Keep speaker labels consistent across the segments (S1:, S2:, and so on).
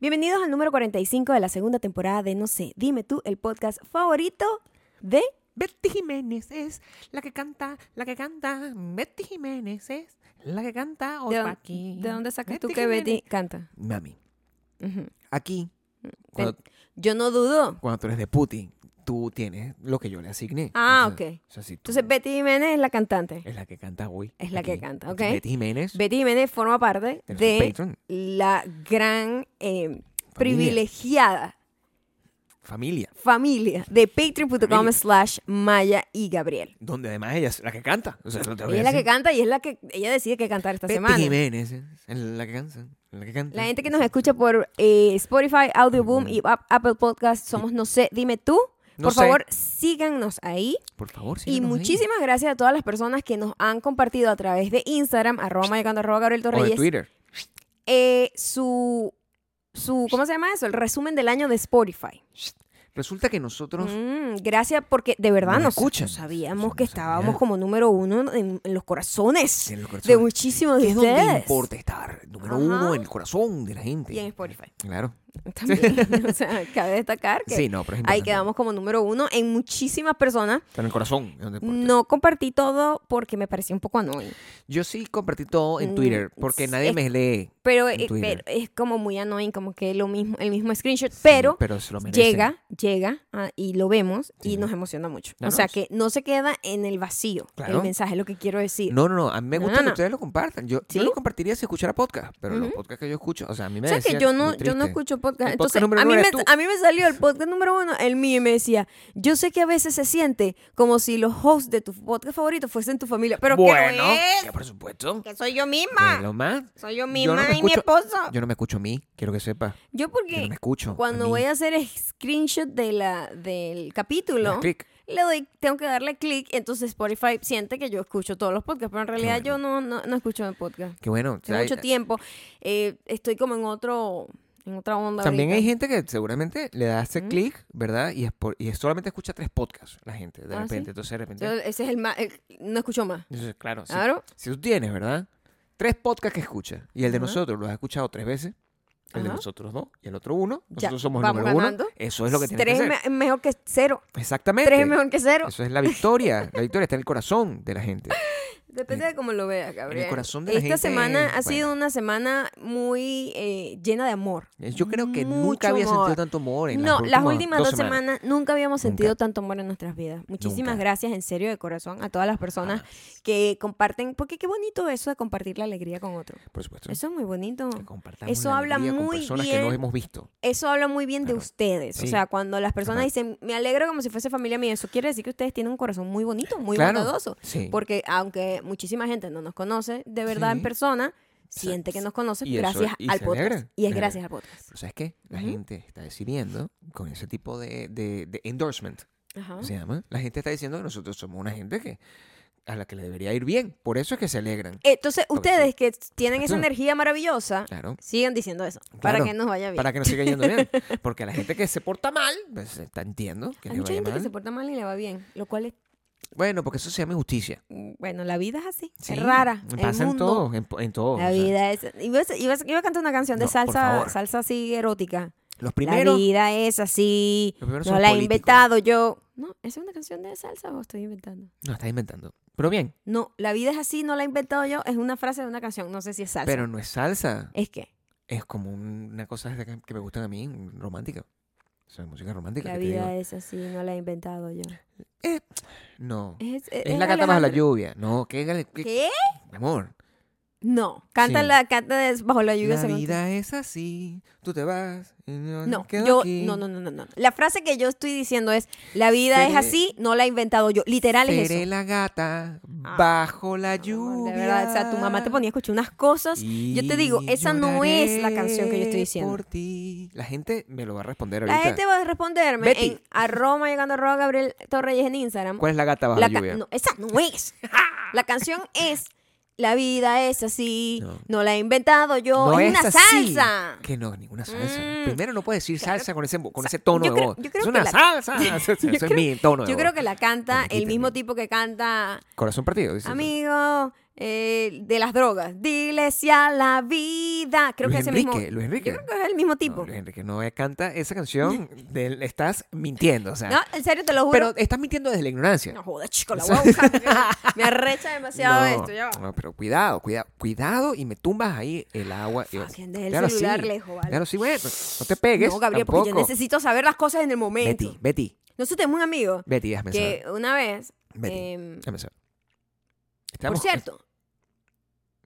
S1: Bienvenidos al número 45 de la segunda temporada de No sé, dime tú, el podcast favorito de...
S2: Betty Jiménez es la que canta, la que canta. Betty Jiménez es la que canta.
S1: ¿De,
S2: opa
S1: dónde-
S2: aquí.
S1: de dónde sacas tú
S2: Oh, Betty
S1: que Betty
S2: Jiménez.
S1: canta?
S2: Mami,
S1: Ujú.
S2: aquí,
S1: Mm,
S2: cuando,
S1: Yo no dudo.
S2: cuando tú eres de Putin, tú tienes lo que yo le asigné.
S1: Ah,
S2: Entonces-
S1: ok.
S2: o sea, si tú-
S1: Entonces Betty Jiménez es la cantante.
S2: es la que canta hoy.
S1: Es la que
S2: aquí.
S1: canta,
S2: Entonces,
S1: ok.
S2: Betty Jiménez.
S1: Betty Jiménez forma parte
S2: Eres un
S1: de
S2: patron.
S1: la gran eh, privilegiada
S2: familia.
S1: familia de patreon.com
S2: Familia.
S1: slash Maya y Gabriel.
S2: Donde además ella es la que canta. O sea, lo te voy
S1: Ella
S2: a
S1: es la que
S2: decir.
S1: canta y es la que ella decide que cantar esta
S2: Betty
S1: semana.
S2: Jiménez es la que canta. La que canta.
S1: La gente que nos escucha por eh, Spotify, Audioboom y App- Apple Podcast somos No sé, dime tú.
S2: No
S1: Por
S2: sé.
S1: favor, síganos ahí.
S2: Por favor,
S1: y
S2: síganos ahí.
S1: muchísimas gracias a todas las personas que nos han compartido a través de Instagram, arroba mayacando, arroba Gabriel
S2: O de
S1: Torreyes,
S2: Twitter.
S1: eh, su, su, ¿cómo se llama eso? El resumen del año de Spotify.
S2: Resulta que nosotros
S1: Mm, gracias porque de verdad
S2: Nos
S1: nos,
S2: escuchan.
S1: no sabíamos
S2: Eso no
S1: que
S2: sabía.
S1: estábamos como número uno en, en los corazones
S2: en los
S1: de
S2: corazones,
S1: muchísimos
S2: que
S1: de
S2: es donde
S1: ustedes.
S2: importa estar. Número
S1: Ajá.
S2: uno en el corazón de la gente.
S1: Y en Spotify
S2: Claro.
S1: también. o sea, cabe destacar que
S2: Sí, no, pero es
S1: ahí
S2: importante.
S1: quedamos como número uno en muchísimas personas.
S2: Pero en el corazón. es donde importa.
S1: No compartí todo porque me parecía un poco anónimo.
S2: Yo sí compartí todo en
S1: Mm,
S2: Twitter porque
S1: sí,
S2: nadie
S1: es-
S2: me lee.
S1: Pero,
S2: En
S1: eh,
S2: Twitter.
S1: pero es como muy annoying, como que lo mismo, el mismo screenshot.
S2: Sí,
S1: pero
S2: se lo merecen.
S1: llega, llega ah, y lo vemos y
S2: Sí.
S1: nos emociona mucho.
S2: No,
S1: o
S2: no,
S1: sea
S2: es-
S1: que no se queda en el vacío el
S2: Claro.
S1: mensaje, es lo que quiero decir.
S2: No, no, no. A mí me
S1: No,
S2: gusta
S1: no,
S2: que
S1: no.
S2: ustedes lo compartan. Yo, yo
S1: ¿Sí?
S2: lo compartiría si escuchara podcast, pero los
S1: Ujú.
S2: podcasts que yo escucho, o sea, a mí me
S1: O sea que
S2: decían,
S1: yo no,
S2: muy
S1: yo no
S2: triste.
S1: escucho podcast.
S2: El podcast
S1: Entonces,
S2: número
S1: a mí,
S2: uno
S1: me,
S2: eres tú.
S1: a mí me salió el podcast número uno, el mío, y me decía, yo sé que a veces se siente como si los hosts de tu podcast favorito fuesen tu familia, pero que
S2: bueno,
S1: no es,
S2: que por supuesto.
S1: que soy yo
S2: que
S1: misma,
S2: lo más.
S1: soy yo
S2: no
S1: misma
S2: me
S1: y mi
S2: escucho-
S1: esposo. Yo,
S2: Yo no me escucho a mí, quiero que sepa. Yo no
S1: porque
S2: me escucho.
S1: cuando voy a hacer screenshot de la, del capítulo,
S2: clic.
S1: le doy, tengo que darle clic, entonces Spotify siente que yo escucho todos los podcasts, pero en realidad yo no, no, no escucho el podcast.
S2: Que bueno. o
S1: Hace
S2: sea,
S1: mucho tiempo eh, estoy como en otro, en otra onda.
S2: También
S1: ahorita.
S2: hay gente que seguramente le hace
S1: Mm.
S2: clic, ¿verdad? Y, es por- y solamente escucha tres podcasts la gente, de
S1: Ah, ¿sí?
S2: repente. Entonces, de repente.
S1: Yo- ese es el más. el- no escucho más.
S2: Entonces, claro, sí.
S1: Claro.
S2: Si tú tienes, ¿verdad? Tres podcasts que escuchas. Y el de
S1: Ajá.
S2: nosotros lo has escuchado tres veces. El de
S1: Ajá.
S2: nosotros dos. Y el otro uno.
S1: Ya,
S2: Nosotros somos el
S1: vamos
S2: número
S1: ganando.
S2: uno. Eso es lo que tienes
S1: Tres
S2: que
S1: es
S2: hacer.
S1: me- mejor que cero.
S2: Exactamente.
S1: Tres es mejor que cero.
S2: Eso es la victoria. La victoria está en el corazón de la gente.
S1: Depende de cómo lo veas, Gabriel.
S2: corazón de la
S1: Esta
S2: gente
S1: semana
S2: es-
S1: ha sido una semana muy eh, llena de amor.
S2: Yo creo que
S1: Mucho
S2: nunca había
S1: amor.
S2: sentido tanto amor en
S1: No, las últimas dos semanas
S2: semanas.
S1: nunca habíamos sentido tanto amor en nuestras vidas. Muchísimas
S2: Nunca.
S1: gracias, en serio, de corazón, a todas las personas que comparten. Porque qué bonito eso de compartir la alegría con otro.
S2: Por supuesto.
S1: Eso es muy bonito.
S2: Que compartamos
S1: eso
S2: la
S1: habla
S2: alegría con
S1: muy
S2: personas
S1: bien.
S2: que no hemos visto.
S1: Eso habla muy bien de
S2: Claro.
S1: ustedes. O
S2: Sí.
S1: sea, cuando las personas
S2: Total.
S1: dicen, me alegro como si fuese familia mía, eso quiere decir que ustedes tienen un corazón muy bonito, muy
S2: Claro.
S1: bondadoso.
S2: Sí.
S1: Porque aunque muchísima gente no nos conoce, de verdad en
S2: Sí.
S1: persona, siente que nos conoce
S2: Y eso-
S1: gracias
S2: y
S1: al
S2: se
S1: podcast.
S2: alegra.
S1: Y es
S2: Se
S1: gracias al podcast.
S2: Pero ¿sabes qué? La
S1: Ujú.
S2: gente está decidiendo con ese tipo de, de, de endorsement,
S1: Ajá.
S2: se llama. La gente está diciendo que nosotros somos una gente que a la que le debería ir bien. Por eso es que se alegran.
S1: Entonces,
S2: Porque
S1: ustedes que tienen esa
S2: Exacto.
S1: energía maravillosa,
S2: Claro.
S1: sigan diciendo eso, para
S2: Claro,
S1: que nos vaya bien.
S2: Para que nos siga yendo bien. Porque a la gente que se porta mal, pues está entiendo que
S1: Hay
S2: le
S1: mucha
S2: vaya
S1: gente que
S2: mal.
S1: se porta mal y le va bien, lo cual es,
S2: Bueno, porque eso se llama injusticia.
S1: mm, bueno, la vida es así,
S2: Sí,
S1: es rara. el
S2: Pasa en
S1: mundo,
S2: todo, en, en todo. o
S1: La
S2: sea,
S1: vida es... Iba a, iba a- iba a cantar una canción de
S2: No, por
S1: salsa,
S2: favor.
S1: salsa así erótica.
S2: los primeros,
S1: la vida es así.
S2: los primeros
S1: No
S2: son
S1: la he
S2: políticos.
S1: inventado yo. No, ¿esa es una canción de salsa o estoy inventando?
S2: No, estás inventando. Pero bien,
S1: No, la vida es así, no la he inventado yo. Es una frase de una canción, no sé si es salsa.
S2: pero no es salsa.
S1: es que
S2: es como un- una cosa de que, que me gustan a mí, un- romántica. O sea, música romántica.
S1: la
S2: ¿qué te digo?
S1: vida es así, no la he inventado yo.
S2: Eh, no. Es,
S1: Es,
S2: la cata bajo la
S1: Alejandro.
S2: lluvia. No, que, que-
S1: ¿Qué?
S2: amor.
S1: No, canta
S2: Sí.
S1: la canta de bajo la lluvia.
S2: La
S1: según tú.
S2: vida es así. Tú te vas. y yo
S1: No,
S2: quedo
S1: yo,
S2: Ah, aquí.
S1: no, no, no, no, no. La frase que yo estoy diciendo es, la vida es
S2: Seré-
S1: así, no la he inventado yo. Literal es
S2: Seré
S1: eso.
S2: la gata
S1: Ah,
S2: bajo la
S1: No, amor,
S2: lluvia.
S1: de verdad, o sea, tu mamá te ponía a escuchar unas cosas. yo te digo,
S2: Y
S1: esa no es la canción que yo estoy
S2: lloraré
S1: diciendo.
S2: Por ti. La gente me lo va a responder
S1: La
S2: ahorita.
S1: gente va a responderme
S2: Betty.
S1: en arroba llegando arroba Gabriel Torreyes en Instagram.
S2: ¿Cuál es la gata bajo la,
S1: La ca-
S2: lluvia?
S1: no, esa no es. la canción es La vida es así, no,
S2: No.
S1: la he inventado yo,
S2: No
S1: es, una
S2: así.
S1: salsa.
S2: Que no, ninguna salsa.
S1: Mm.
S2: Primero no puedes decir salsa con ese, con
S1: Sa-
S2: ese tono
S1: yo
S2: de
S1: creo-
S2: voz.
S1: yo creo
S2: es
S1: que
S2: una
S1: la-
S2: salsa. Eso es
S1: creo-
S2: mi tono de
S1: Yo
S2: voz.
S1: creo que la canta
S2: Bueno,
S1: el mismo
S2: quítame.
S1: tipo que canta
S2: Corazón partido. dices tú.
S1: Amigo, eh, de las drogas. Dile sí a la vida. Creo
S2: Luis
S1: que es el
S2: Enrique,
S1: mismo.
S2: Luis Enrique.
S1: Yo creo que es el mismo tipo.
S2: No, Luis Enrique no eh, canta esa canción. de- le estás mintiendo, o sea.
S1: No, en serio, te lo juro.
S2: pero estás mintiendo desde la ignorancia.
S1: No jodas, chico, la voy a buscar, porque Me arrecha demasiado
S2: No,
S1: esto. Ya va.
S2: no, pero cuidado, cuidado, cuidado y me tumbas ahí el agua. y-
S1: Fucking, deja el
S2: Claro,
S1: celular
S2: sí,
S1: lejos, ¿vale?
S2: Claro, sí, bueno, no te pegues.
S1: No, Gabriel, porque yo
S2: tampoco.
S1: necesito saber las cosas en el momento.
S2: Betty, Betty,
S1: Nosotros tenemos un amigo
S2: Betty, déjame saber.
S1: que una vez,
S2: Betty,
S1: em,
S2: déjame saber.
S1: por
S2: Estamos-
S1: cierto,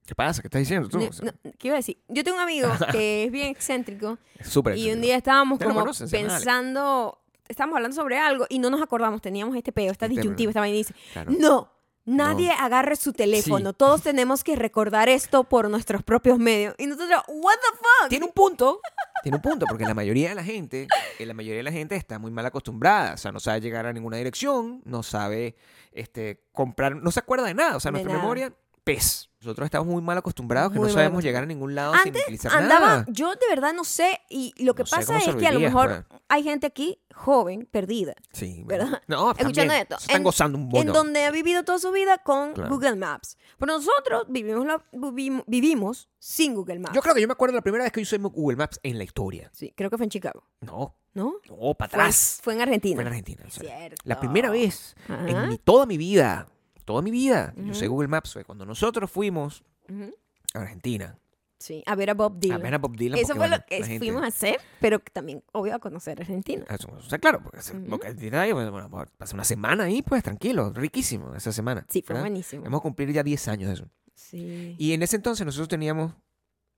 S2: ¿Qué pasa? ¿Qué estás diciendo tú?
S1: no-
S2: O sea,
S1: no, ¿qué iba a decir? Yo tengo un amigo que es bien excéntrico
S2: es Súper
S1: y un
S2: exótico.
S1: día estábamos
S2: Ustedes lo
S1: como
S2: conocen, se llama Alex.
S1: pensando, estábamos hablando sobre algo y no nos acordamos, teníamos este peo, esta
S2: Este
S1: disyuntiva,
S2: problema.
S1: esta vaina y dice,
S2: Claro.
S1: no. Nadie agarre su teléfono.
S2: Sí.
S1: Todos tenemos que recordar esto por nuestros propios medios. Y nosotros, what the fuck?
S2: Tiene un punto. Tiene un punto, porque la mayoría de la gente, eh, la mayoría de la gente está muy mal acostumbrada. O sea, no sabe llegar a ninguna dirección, no sabe este, comprar, no se acuerda de nada. O sea,
S1: De
S2: nuestra
S1: nada.
S2: memoria, pez. Nosotros estamos muy mal acostumbrados que
S1: Muy
S2: no
S1: mal
S2: sabemos llegar a ningún lado sin utilizar
S1: andaba,
S2: nada.
S1: yo de verdad no sé, y lo que
S2: No sé
S1: pasa
S2: cómo pues.
S1: es que a lo
S2: sobrevivías,
S1: mejor hay gente aquí joven, perdida,
S2: Sí,
S1: ¿verdad?
S2: bueno. No,
S1: escuchando
S2: también,
S1: esto,
S2: se están
S1: en-
S2: gozando un
S1: en
S2: bono.
S1: donde ha vivido toda su vida con
S2: Claro.
S1: Google Maps. Pero nosotros vivimos, la- vivim- vivimos sin Google Maps.
S2: Yo creo que yo me acuerdo la primera vez que yo usé Google Maps en la historia.
S1: Sí, creo que fue en Chicago,
S2: No,
S1: ¿no?
S2: no, para
S1: Fue-
S2: atrás.
S1: Fue, en Argentina.
S2: Fue en Argentina. o sea,
S1: Cierto.
S2: La primera vez
S1: Ajá.
S2: en mi- toda mi vida, toda mi vida, yo usé
S1: Ujú.
S2: Google Maps fue cuando nosotros fuimos
S1: Ujú.
S2: a Argentina.
S1: Sí, a ver a Bob
S2: A
S1: Dylan.
S2: ver a Bob Dylan.
S1: Eso fue
S2: porque, bueno,
S1: lo que
S2: la gente-
S1: fuimos a hacer, pero que también, obvio, a conocer Argentina.
S2: Ah, eso, O sea, claro, porque,
S1: Ujú.
S2: porque Argentina, bueno, bueno, pasé una semana ahí, pues tranquilo, riquísimo esa semana.
S1: Sí, fue
S2: ¿verdad?
S1: buenísimo.
S2: Vamos a cumplir ya 10 años de eso.
S1: Sí.
S2: Y en ese entonces nosotros teníamos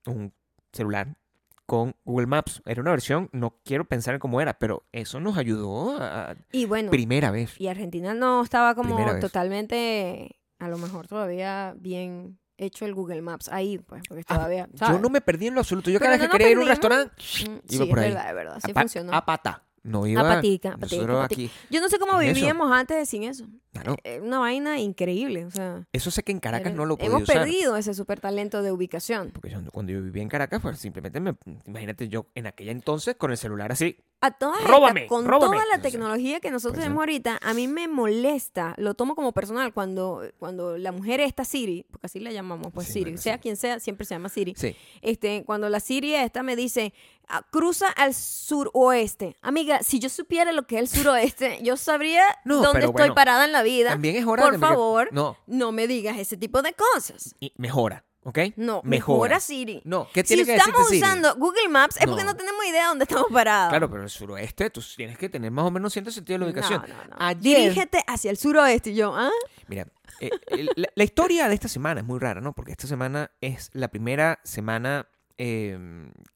S2: un celular con Google Maps. Era una versión, no quiero pensar en cómo era, pero eso nos ayudó a, a-
S1: Y bueno,
S2: primera vez.
S1: y Argentina no estaba como
S2: Primera vez.
S1: totalmente, a lo mejor todavía bien hecho el Google Maps ahí, pues, porque
S2: Ah,
S1: todavía.
S2: Yo
S1: ¿sabes?
S2: no me perdí en lo absoluto. Yo
S1: Pero
S2: cada vez
S1: no
S2: que
S1: nos
S2: quería ir a un
S1: perdimos.
S2: restaurante,
S1: Mm,
S2: iba
S1: sí,
S2: por ahí.
S1: es verdad, es verdad, sí
S2: a, pa-
S1: funcionó. Ah,
S2: a pata. No iba.
S1: patica, a
S2: nosotros
S1: patica, a
S2: aquí.
S1: Yo no sé cómo
S2: ¿En eso?
S1: vivíamos antes de sin eso.
S2: Claro,
S1: Eh, Una vaina increíble, o sea.
S2: eso sé que en Caracas
S1: era-
S2: no lo podía
S1: Hemos
S2: usar.
S1: perdido ese súper talento de ubicación.
S2: Porque yo- cuando yo vivía en Caracas, pues simplemente me, imagínate yo en aquella entonces con el celular así.
S1: A todas estas-
S2: Róbame,
S1: con
S2: róbame.
S1: toda
S2: O
S1: la
S2: sea,
S1: tecnología que nosotros
S2: puede ser.
S1: tenemos ahorita, a mí me molesta, lo tomo como personal cuando, cuando la mujer esta Siri, porque así la llamamos, pues
S2: Sí,
S1: Siri,
S2: bueno,
S1: sea
S2: sí.
S1: quien sea, siempre se llama Siri.
S2: Sí.
S1: Este, cuando la Siria esta me dice, "Ah, cruza al suroeste. Amiga, si yo supiera lo que es el suroeste, yo sabría
S2: No,
S1: dónde
S2: pero
S1: estoy
S2: bueno,
S1: parada en la vida.
S2: También es hora
S1: Por
S2: de-
S1: favor, no.
S2: No,
S1: me digas ese tipo de cosas.
S2: y mejora, ¿ok?
S1: No, mejora
S2: mejora.
S1: Siri.
S2: No, ¿qué
S1: Si
S2: tiene que
S1: estamos
S2: decirte Siri?
S1: usando Google Maps es porque
S2: No.
S1: no tenemos idea de dónde estamos parados.
S2: Claro, pero el suroeste tú tienes que tener más o menos cierto sentido de la ubicación.
S1: No, no, no.
S2: Ayer,
S1: Dirígete hacia el suroeste. Y yo, ¿ah?
S2: mira, eh, el- la, la historia de esta semana es muy rara, ¿no? Porque esta semana es la primera semana eh,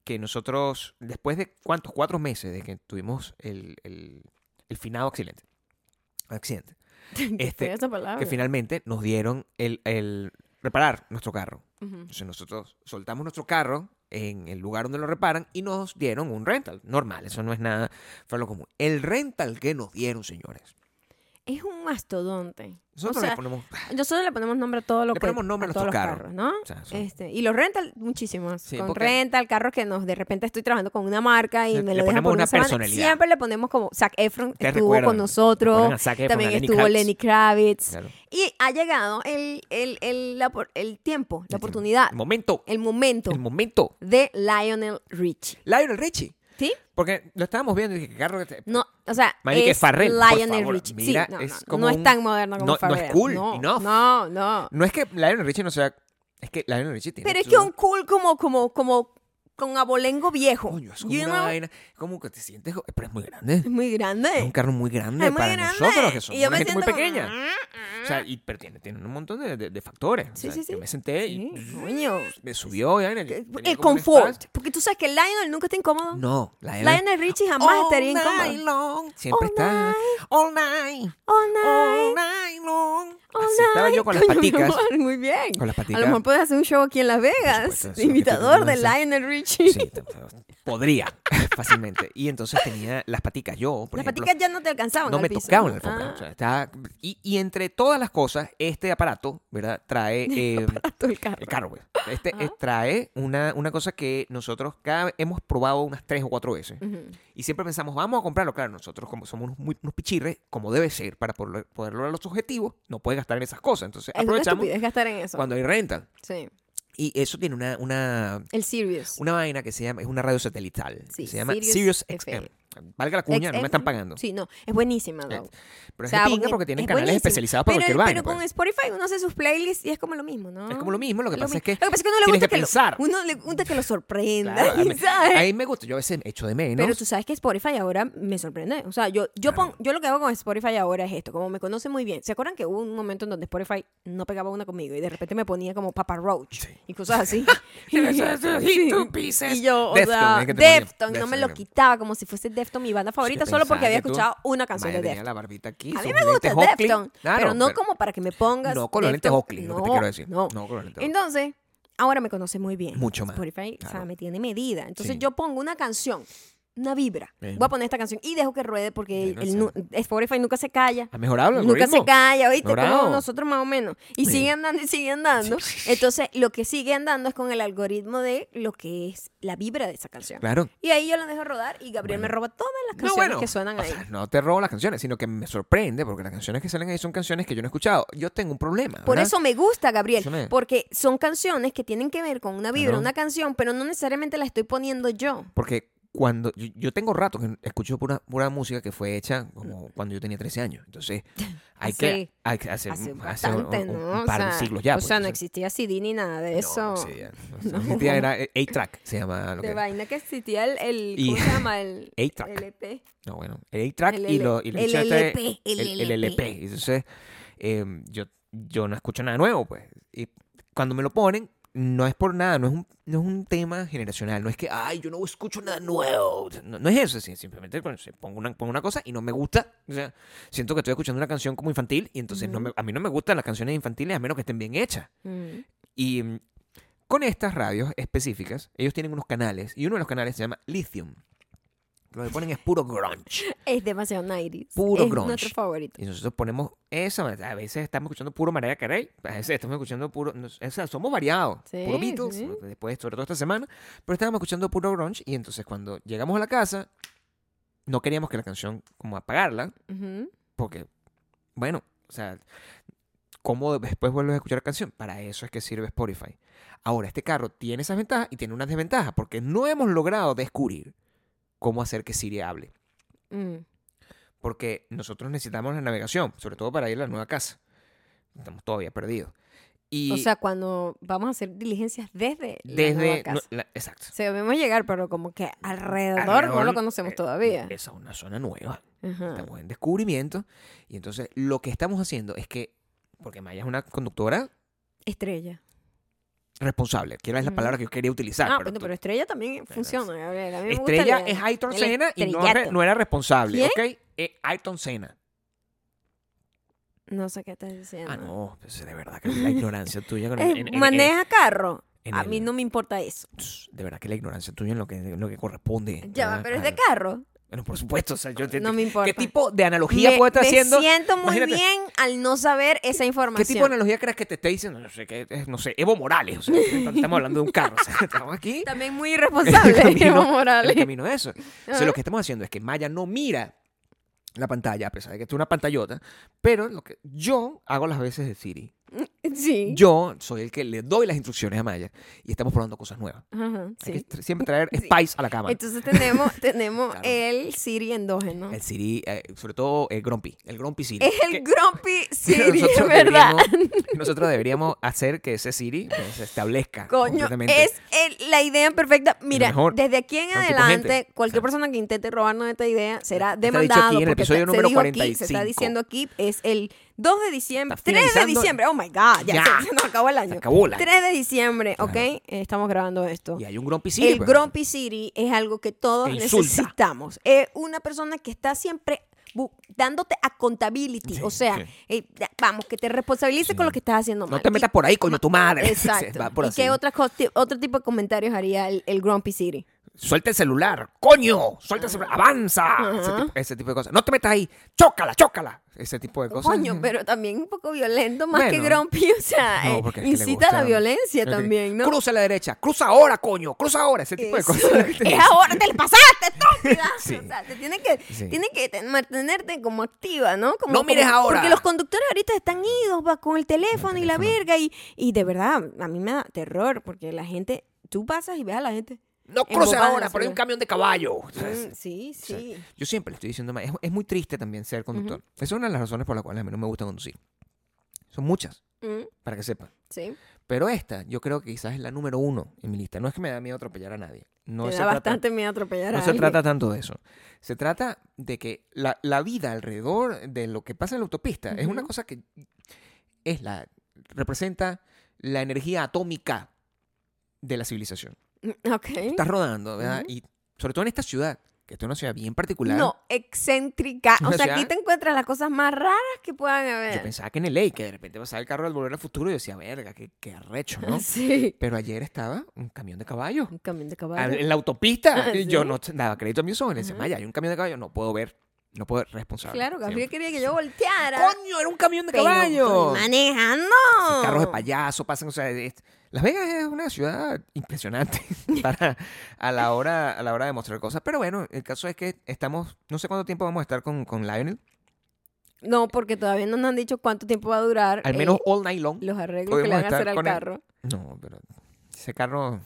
S2: que nosotros, después de cuántos, cuatro meses de que tuvimos el, el, el finado accidente, accidente,
S1: Qué
S2: Este,
S1: fea esa palabra.
S2: que finalmente nos dieron el, el reparar nuestro carro.
S1: Ujú.
S2: Entonces nosotros soltamos nuestro carro en el lugar donde lo reparan y nos dieron un rental. Normal, eso no es nada fuera de lo común. El rental que nos dieron, señores.
S1: Es un mastodonte.
S2: Nosotros
S1: o sea,
S2: le ponemos...
S1: nosotros le ponemos nombre a todo lo
S2: Le
S1: que
S2: ponemos nombre a
S1: todos los
S2: nuestros
S1: carros,
S2: carros.
S1: ¿no?
S2: o sea, son-
S1: Este, y los rental muchísimos.
S2: Sí,
S1: con
S2: porque-
S1: rental, carros que nos de repente estoy trabajando con una marca y
S2: Le-
S1: me
S2: le
S1: lo dejan
S2: ponemos
S1: por
S2: una
S1: una semana.
S2: personalidad.
S1: Siempre le ponemos como Zac Efron
S2: ¿Te
S1: estuvo
S2: recuerdan?
S1: con nosotros,
S2: Recuerdan a Zac Efron,
S1: también
S2: a Lenny
S1: estuvo
S2: Kravitz.
S1: Lenny Kravitz
S2: Claro.
S1: y ha llegado el el, el, la por- el tiempo, la
S2: El
S1: oportunidad,
S2: El momento.
S1: el momento
S2: El momento.
S1: de Lionel Richie,
S2: Lionel Richie.
S1: ¿sí?
S2: Porque lo estábamos viendo y dije, carro que te-
S1: No, o sea,
S2: Marica,
S1: es
S2: Farrell, por
S1: Lionel
S2: favor,
S1: Richie. Sí,
S2: mira,
S1: no,
S2: es
S1: no,
S2: como
S1: no es
S2: un-
S1: tan moderno como
S2: no- no es
S1: Farrell.
S2: cool,
S1: no,
S2: enough.
S1: no, no.
S2: No es que Lionel Richie no sea... Es que Lionel Richie tiene...
S1: Pero es
S2: su-
S1: que un cool como, como, como con abolengo viejo.
S2: Coño, es como
S1: You
S2: una
S1: know?
S2: vaina. Como que te sientes... jo- Pero es muy grande.
S1: Es muy grande.
S2: Es un carro muy grande
S1: es Ah, muy
S2: para
S1: grande.
S2: nosotros, que somos
S1: y yo
S2: una
S1: me
S2: gente
S1: siento
S2: muy
S1: como,
S2: pequeña.
S1: "Ah,
S2: O sea, y, pero tiene, tiene un montón de, de- de factores. O
S1: Sí,
S2: sea,
S1: sí, sí.
S2: Yo me senté y
S1: sí, coño.
S2: me subió. y vaina, yo
S1: El
S2: tenía
S1: el
S2: como un
S1: confort.
S2: espacio.
S1: Porque tú sabes que Lionel nunca está incómodo.
S2: No, Oh, Lionel.
S1: Lionel Richie jamás estaría
S2: All night
S1: incómodo.
S2: long. Siempre
S1: All
S2: está. All night.
S1: All night,
S2: All night long.
S1: all
S2: oh, Así estaba
S1: night.
S2: yo con las
S1: Coño, mi
S2: paticas.
S1: amor, Muy bien.
S2: Con las
S1: A lo mejor
S2: paticas.
S1: puedes hacer un show aquí en Las Vegas.
S2: supuesto, eso es lo que
S1: imitador de
S2: te digo,
S1: Lionel Richie.
S2: Sí, t- t- podría fácilmente. Y entonces tenía las paticas yo, por
S1: Las
S2: ejemplo,
S1: paticas ya no te alcanzaban.
S2: no
S1: al
S2: me
S1: piso,
S2: tocaban
S1: ¿no?
S2: la alfombra.
S1: Ah,
S2: O sea, estaba- y, y entre todas las cosas, este aparato, ¿verdad? Trae eh,
S1: para todo el carro.
S2: El carro, güey. Este
S1: Ajá.
S2: eh, trae una, una cosa que nosotros cada vez hemos probado unas tres o cuatro veces.
S1: Ujú.
S2: Y siempre pensamos, vamos a comprarlo. Claro, nosotros como somos unos, muy- unos pichirres, como debe ser, para poder, poder lograr los objetivos, no puedes gastar en esas cosas. Entonces
S1: Es una
S2: aprovechamos
S1: estupidez gastar en eso.
S2: cuando hay renta.
S1: Sí.
S2: Y eso tiene una, una,
S1: El Sirius.
S2: una vaina que se llama, es una radio satelital.
S1: Sí,
S2: se llama
S1: Sirius
S2: Sirius,
S1: FM.
S2: XM. Valga la cuña, no
S1: XM.
S2: me están pagando. Eh,
S1: Sí, no, es buenísima, Dow.
S2: Pero
S1: O
S2: es
S1: sea,
S2: de pinga
S1: porque
S2: porque tienen
S1: es
S2: canales
S1: buenísimo.
S2: especializados para
S1: Pero,
S2: cualquier vaina.
S1: pero con
S2: pues.
S1: Spotify uno hace sus playlists y es como lo mismo, ¿no?
S2: Es como lo mismo, lo que pasa es que
S1: Lo que pasa es que uno le
S2: tienes
S1: gusta
S2: que
S1: que, lo-
S2: pensar.
S1: uno le gusta que lo sorprenda,
S2: Claro, a, mí,
S1: ¿sabes?
S2: a mí me gusta, yo a veces echo de menos.
S1: Pero tú sabes que Spotify ahora me sorprende. O sea, yo, yo, pon- yo lo que hago con Spotify ahora es esto. Como me conoce muy bien. ¿Se acuerdan que hubo un momento en donde Spotify no pegaba una conmigo y de repente me ponía como Papa Roach y cosas así? Sí. Y yo, o
S2: Deftones,
S1: sea,
S2: es que te ponía.
S1: Defton, no me
S2: Deftones,
S1: lo
S2: era.
S1: quitaba como si fuese Defton mi banda favorita
S2: Sí,
S1: solo porque
S2: pensaba
S1: había
S2: que tú-
S1: escuchado una canción
S2: Madre,
S1: de
S2: tenía
S1: Defton.
S2: la barbita aquí.
S1: A mí
S2: sus
S1: me gusta
S2: lentes Oakley.
S1: Defton,
S2: Claro,
S1: pero no como para que me pongas.
S2: No con los lentes
S1: Defton.
S2: Oakley, es lo que te quiero decir.
S1: No.
S2: No con los lentes
S1: Entonces, ahora me conoce muy bien.
S2: Mucho más,
S1: Spotify, o sea,
S2: claro.
S1: me tiene medida. Entonces,
S2: Sí.
S1: yo pongo una canción, una vibra.
S2: Bien.
S1: Voy a poner esta canción y dejo que ruede porque
S2: Bien,
S1: el- el nu- Spotify nunca se calla.
S2: ¿Ha mejorado el
S1: Nunca
S2: algoritmo?
S1: se calla, ¿oíste? Como
S2: Bravo.
S1: nosotros más o menos. Y
S2: Sí.
S1: sigue andando y sigue andando. Entonces, lo que sigue andando es con el algoritmo de lo que es la vibra de esa canción.
S2: Claro.
S1: Y ahí yo la dejo rodar y Gabriel me roba todas las canciones que suenan
S2: o
S1: ahí.
S2: sea, no te robo las canciones, sino que me sorprende porque las canciones que salen ahí son canciones que yo no he escuchado. Yo tengo un problema.
S1: Por
S2: ¿verdad?
S1: eso me gusta, Gabriel,
S2: Eso me-
S1: porque son canciones que tienen que ver con una vibra,
S2: Claro.
S1: una canción, pero no necesariamente la estoy poniendo yo.
S2: Porque cuando yo, yo tengo rato que escucho pura, pura música que fue hecha como cuando yo tenía 13 años. Entonces, hay
S1: Hace-
S2: que hay que hacer
S1: Hace
S2: un- mm, hace un-
S1: bastante,
S2: un- un
S1: ¿no? O
S2: par de
S1: sea,
S2: siglos ya.
S1: O
S2: pues,
S1: sea, no
S2: entonces-
S1: existía CD ni nada de eso.
S2: No, sí, ya, no, no existía, era eh, 8-track, se llama lo
S1: De
S2: que-
S1: vaina que existía el, el-
S2: Y-
S1: ¿cómo se llama? El E
S2: A-Track.
S1: LP.
S2: No, bueno, el 8-track
S1: El
S2: y,
S1: L-
S2: lo, y lo
S1: el
S2: escuchaste-
S1: LP, el
S2: el
S1: LP.
S2: LP. Entonces, eh, yo, yo no escucho nada nuevo, pues. Y cuando me lo ponen, no es por nada, no es un, no es un tema generacional. No es que, ay, yo no escucho nada nuevo. O sea, No, no es eso, sí, simplemente bueno, sí, pongo, una, pongo una cosa y no me gusta. O sea, siento que estoy escuchando una canción como infantil y entonces no me- a mí no me gustan las canciones infantiles a menos que estén bien hechas.
S1: Mm.
S2: Y mm, con estas radios específicas, ellos tienen unos canales y uno de los canales se llama Lithium. Lo que ponen es puro grunge.
S1: Es demasiado 90
S2: Puro
S1: es
S2: grunge.
S1: nuestro favorito.
S2: Y nosotros ponemos eso. A veces estamos escuchando puro Mariah Carey. A veces estamos escuchando puro... nos- o sea, somos variados.
S1: Sí,
S2: puro Beatles.
S1: sí.
S2: Después, sobre todo esta semana. Pero estábamos escuchando puro grunge. Y entonces cuando llegamos a la casa, no queríamos que la canción como apagarla.
S1: Ujú.
S2: Porque, bueno, o sea, ¿cómo después vuelves a escuchar la canción? Para eso es que sirve Spotify. Ahora, este carro tiene esas ventajas y tiene unas desventajas, porque no hemos logrado descubrir cómo hacer que Siri hable.
S1: Mm.
S2: Porque nosotros necesitamos la navegación, sobre todo para ir a la nueva casa. Estamos todavía perdidos. Y
S1: O sea, cuando vamos a hacer diligencias desde, la
S2: desde.
S1: nueva casa.
S2: no, la- exacto.
S1: Sabemos llegar, pero como que alrededor, no
S2: Alrededor,
S1: lo conocemos
S2: eh,
S1: todavía. Ah.
S2: Esa es una zona nueva.
S1: Ajá.
S2: Estamos en descubrimiento. Y entonces lo que estamos haciendo es que. Porque Maya es una conductora
S1: Estrella.
S2: responsable, que era la
S1: Ujú.
S2: palabra que yo quería utilizar.
S1: ah,
S2: pero
S1: bueno,
S2: tú-
S1: pero estrella también
S2: Pero
S1: funciona, Gabriel. A mí me gusta
S2: Estrella
S1: la-
S2: es Ayrton
S1: el
S2: Senna y no,
S1: estrellato.
S2: re- no era responsable,
S1: ¿Quién?
S2: ¿ok? Es Ayrton Senna.
S1: No sé qué estás diciendo.
S2: Ah, no, pues, de verdad que la ignorancia tuya... con-
S1: Eh,
S2: en- en- en-
S1: maneja carro.
S2: en
S1: a
S2: el-
S1: mí no me importa eso.
S2: De verdad que la ignorancia tuya en lo que, en lo que corresponde.
S1: Ya, va,
S2: ¿verdad?
S1: pero es
S2: Al-
S1: de carro.
S2: Bueno, por supuesto, o sea, yo... te-
S1: No me importa.
S2: Ah, ¿Qué tipo de analogía
S1: me,
S2: puedo estar
S1: me
S2: haciendo?
S1: siento muy
S2: Imagínate.
S1: bien al no saber esa
S2: ¿Qué
S1: información.
S2: tipo de analogía crees que te esté diciendo? No sé, que, es- no sé Evo Morales. O sea, estamos hablando de un carro. o sea, estamos aquí...
S1: También muy
S2: el
S1: irresponsable,
S2: camino-
S1: Evo Morales.
S2: el camino de eso. Entonces,
S1: Ajá.
S2: lo que estamos haciendo es que Maya no mira la pantalla, a pesar de que esto es una pantallota, pero lo que yo hago las veces de Siri.
S1: Sí.
S2: Yo soy el que le doy las instrucciones a Maya y estamos probando cosas nuevas.
S1: Ajá, sí.
S2: Hay que tra- siempre traer Spice a la cámara.
S1: Entonces tenemos, tenemos
S2: Claro.
S1: el Siri endógeno.
S2: El Siri, eh, sobre todo el Grumpy, el Grumpy Siri.
S1: Es el
S2: Que-
S1: grumpy Siri,
S2: nosotros
S1: ¿verdad?
S2: deberíamos- nosotros deberíamos hacer que ese Siri eh, se establezca
S1: Coño,
S2: completamente.
S1: es el- la idea perfecta. Mira,
S2: mejor.
S1: desde aquí en
S2: Es un tipo
S1: adelante,
S2: gente.
S1: cualquier
S2: Claro.
S1: persona que intente robarnos esta idea será
S2: dicho
S1: demandado.
S2: aquí en el
S1: porque
S2: episodio
S1: se
S2: número
S1: dijo aquí, se está
S2: 45.
S1: diciendo aquí, es el 2 de diciembre,
S2: Está
S1: 3 de
S2: finalizando.
S1: diciembre. Oh my God, ya,
S2: Ya.
S1: Se, se nos acabó el año.
S2: Se acabó la-
S1: 3 de diciembre, ¿ok?
S2: Claro.
S1: Eh, Estamos grabando esto.
S2: Y hay un Grumpy Siri.
S1: el
S2: pues.
S1: grumpy Siri es algo que todos
S2: Te insulta.
S1: necesitamos. Es una persona que está siempre bu- dándote accountability,
S2: Sí,
S1: o sea,
S2: sí.
S1: eh, ya, vamos, que te responsabilices
S2: Sí.
S1: con lo que estás haciendo mal.
S2: No te
S1: Y-
S2: metas por ahí, coño, tu madre.
S1: Exacto.
S2: Va por
S1: ¿Y
S2: así.
S1: qué otras cos- ti- otro tipo de comentarios haría el, el Grumpy City?
S2: Suelta el celular, coño, suelta el celular, avanza. Ese
S1: Ajá.
S2: tipo, ese tipo de cosas. No te metas ahí, chócala, chócala. Ese tipo de cosas.
S1: Coño, pero también un poco violento, más que
S2: Bueno.
S1: grumpy, o sea, eh,
S2: No, porque es que le
S1: incita a la
S2: gusta-
S1: violencia
S2: Ok.
S1: también, ¿no?
S2: Cruza a la derecha, cruza ahora, coño, cruza ahora. Ese tipo de
S1: Eso.
S2: cosas.
S1: Es ahora, te le pasaste, estúpida.
S2: Sí.
S1: O sea, te tiene que,
S2: Sí.
S1: tiene que ten- mantenerte como activa, ¿no? Como,
S2: No mires
S1: como-
S2: ahora.
S1: Porque los conductores ahorita están idos va, con el teléfono y la verga. Y, y de verdad, a mí me da terror porque la gente, tú pasas y ves a la gente.
S2: No cruces
S1: Embobada,
S2: ahora, pero hay
S1: sí.
S2: un camión de caballo.
S1: Mm, sí, sí.
S2: Yo siempre le estoy diciendo más. Es, es muy triste también ser conductor. Esa es una de las razones por las cuales a mí no me gusta conducir. Son muchas,
S1: Mm,
S2: para que sepan.
S1: sí.
S2: Pero esta, yo creo que quizás es la número uno en mi lista. No es que me da miedo atropellar a nadie. No
S1: Te
S2: se
S1: da
S2: trata-
S1: bastante miedo atropellar a
S2: No se
S1: alguien.
S2: trata tanto de eso. Se trata de que la, la vida alrededor de lo que pasa en la autopista es una
S1: Ujú.
S2: cosa que es la representa la energía atómica de la civilización.
S1: Mm, Ok.
S2: Estás rodando, ¿verdad?
S1: Ujú.
S2: Y sobre todo en esta ciudad, que esta es una ciudad bien particular.
S1: No, excéntrica. O
S2: O
S1: sea,
S2: sea,
S1: aquí te encuentras las cosas más raras que puedan
S2: Yo
S1: haber.
S2: pensaba que en el ley, que de repente pasaba el carro al volver al futuro y yo decía, verga, qué, qué arrecho, ¿no?
S1: Sí.
S2: Pero ayer estaba un camión de caballo.
S1: Un camión de
S2: al-
S1: caballo. Ah,
S2: en la autopista.
S1: ¿Sí?
S2: Y Yo no t- daba crédito a mis ojos. Le decía,
S1: Ajá.
S2: "Maya, hay un camión de caballo. No puedo ver. No puedo ver responsable.
S1: Claro, Gabriel
S2: siempre.
S1: quería que yo volteara.
S2: ¡Coño! Era un camión de
S1: Pero
S2: caballo.
S1: estoy manejando.
S2: Sí, Carros de payaso pasan. O sea, es- Las Vegas es una ciudad impresionante para, a, la hora, a la hora de mostrar cosas. Pero bueno, el caso es que estamos. No sé cuánto tiempo vamos a estar con, con Lionel.
S1: No, porque todavía no nos han dicho cuánto tiempo va a durar.
S2: Al
S1: eh,
S2: menos all night long.
S1: los arreglos que le
S2: podemos
S1: van a
S2: estar
S1: hacer al
S2: con él.
S1: carro.
S2: No, pero. Ese carro.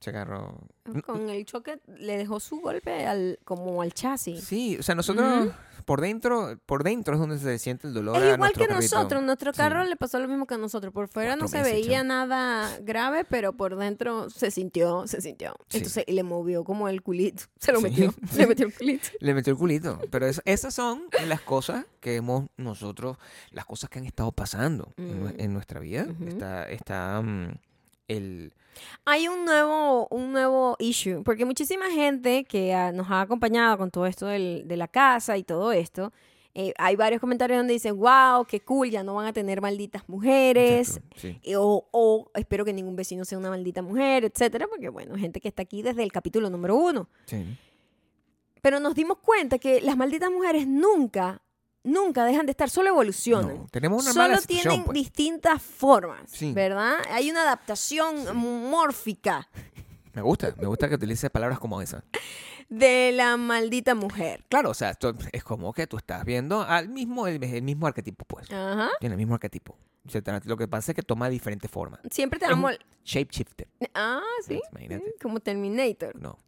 S2: Ese carro.
S1: Con el choque le dejó su golpe al, como al chasis.
S2: Sí, o sea, nosotros. Por dentro, por dentro es donde se siente el dolor. a
S1: es igual
S2: nuestro
S1: que
S2: carrito.
S1: nosotros. Nuestro
S2: Sí.
S1: carro le pasó lo mismo que a nosotros. Por fuera no se
S2: Cuatro meses,
S1: veía
S2: chamo.
S1: nada grave, pero por dentro se sintió, se sintió.
S2: Sí.
S1: Entonces y le movió como el culito. Se lo
S2: Sí.
S1: metió, le metió el culito.
S2: Le metió el culito. Pero es- esas son las cosas que hemos nosotros, las cosas que han estado pasando en, nue-
S1: Mm.
S2: en nuestra vida.
S1: Ujú.
S2: Está, está mm, el...
S1: Hay un nuevo, un nuevo issue, porque muchísima gente que ah, nos ha acompañado con todo esto del- de la casa y todo esto, eh, hay varios comentarios donde dicen, wow, qué cool, ya no van a tener malditas mujeres,
S2: Exacto, sí.
S1: eh, o, o espero que ningún vecino sea una maldita mujer, etcétera, porque bueno, gente que está aquí desde el capítulo número uno.
S2: sí.
S1: Pero nos dimos cuenta que las malditas mujeres nunca, nunca dejan de estar, solo evolucionan.
S2: No, tenemos una
S1: Solo
S2: mala situación,
S1: tienen
S2: pues.
S1: distintas formas,
S2: Sí.
S1: ¿verdad? Hay una adaptación mórfica.
S2: Me gusta, me gusta que utilices palabras como esas.
S1: de la maldita mujer.
S2: Claro, o sea, esto es como que tú estás viendo al mismo, el, el mismo arquetipo, pues.
S1: Ajá.
S2: Tiene el mismo arquetipo. Se tra- Lo que pasa es que toma diferente forma.
S1: Siempre te
S2: Es un
S1: amo.
S2: Shapeshifter.
S1: Ah, sí.
S2: Imagínate.
S1: Como Terminator.
S2: No.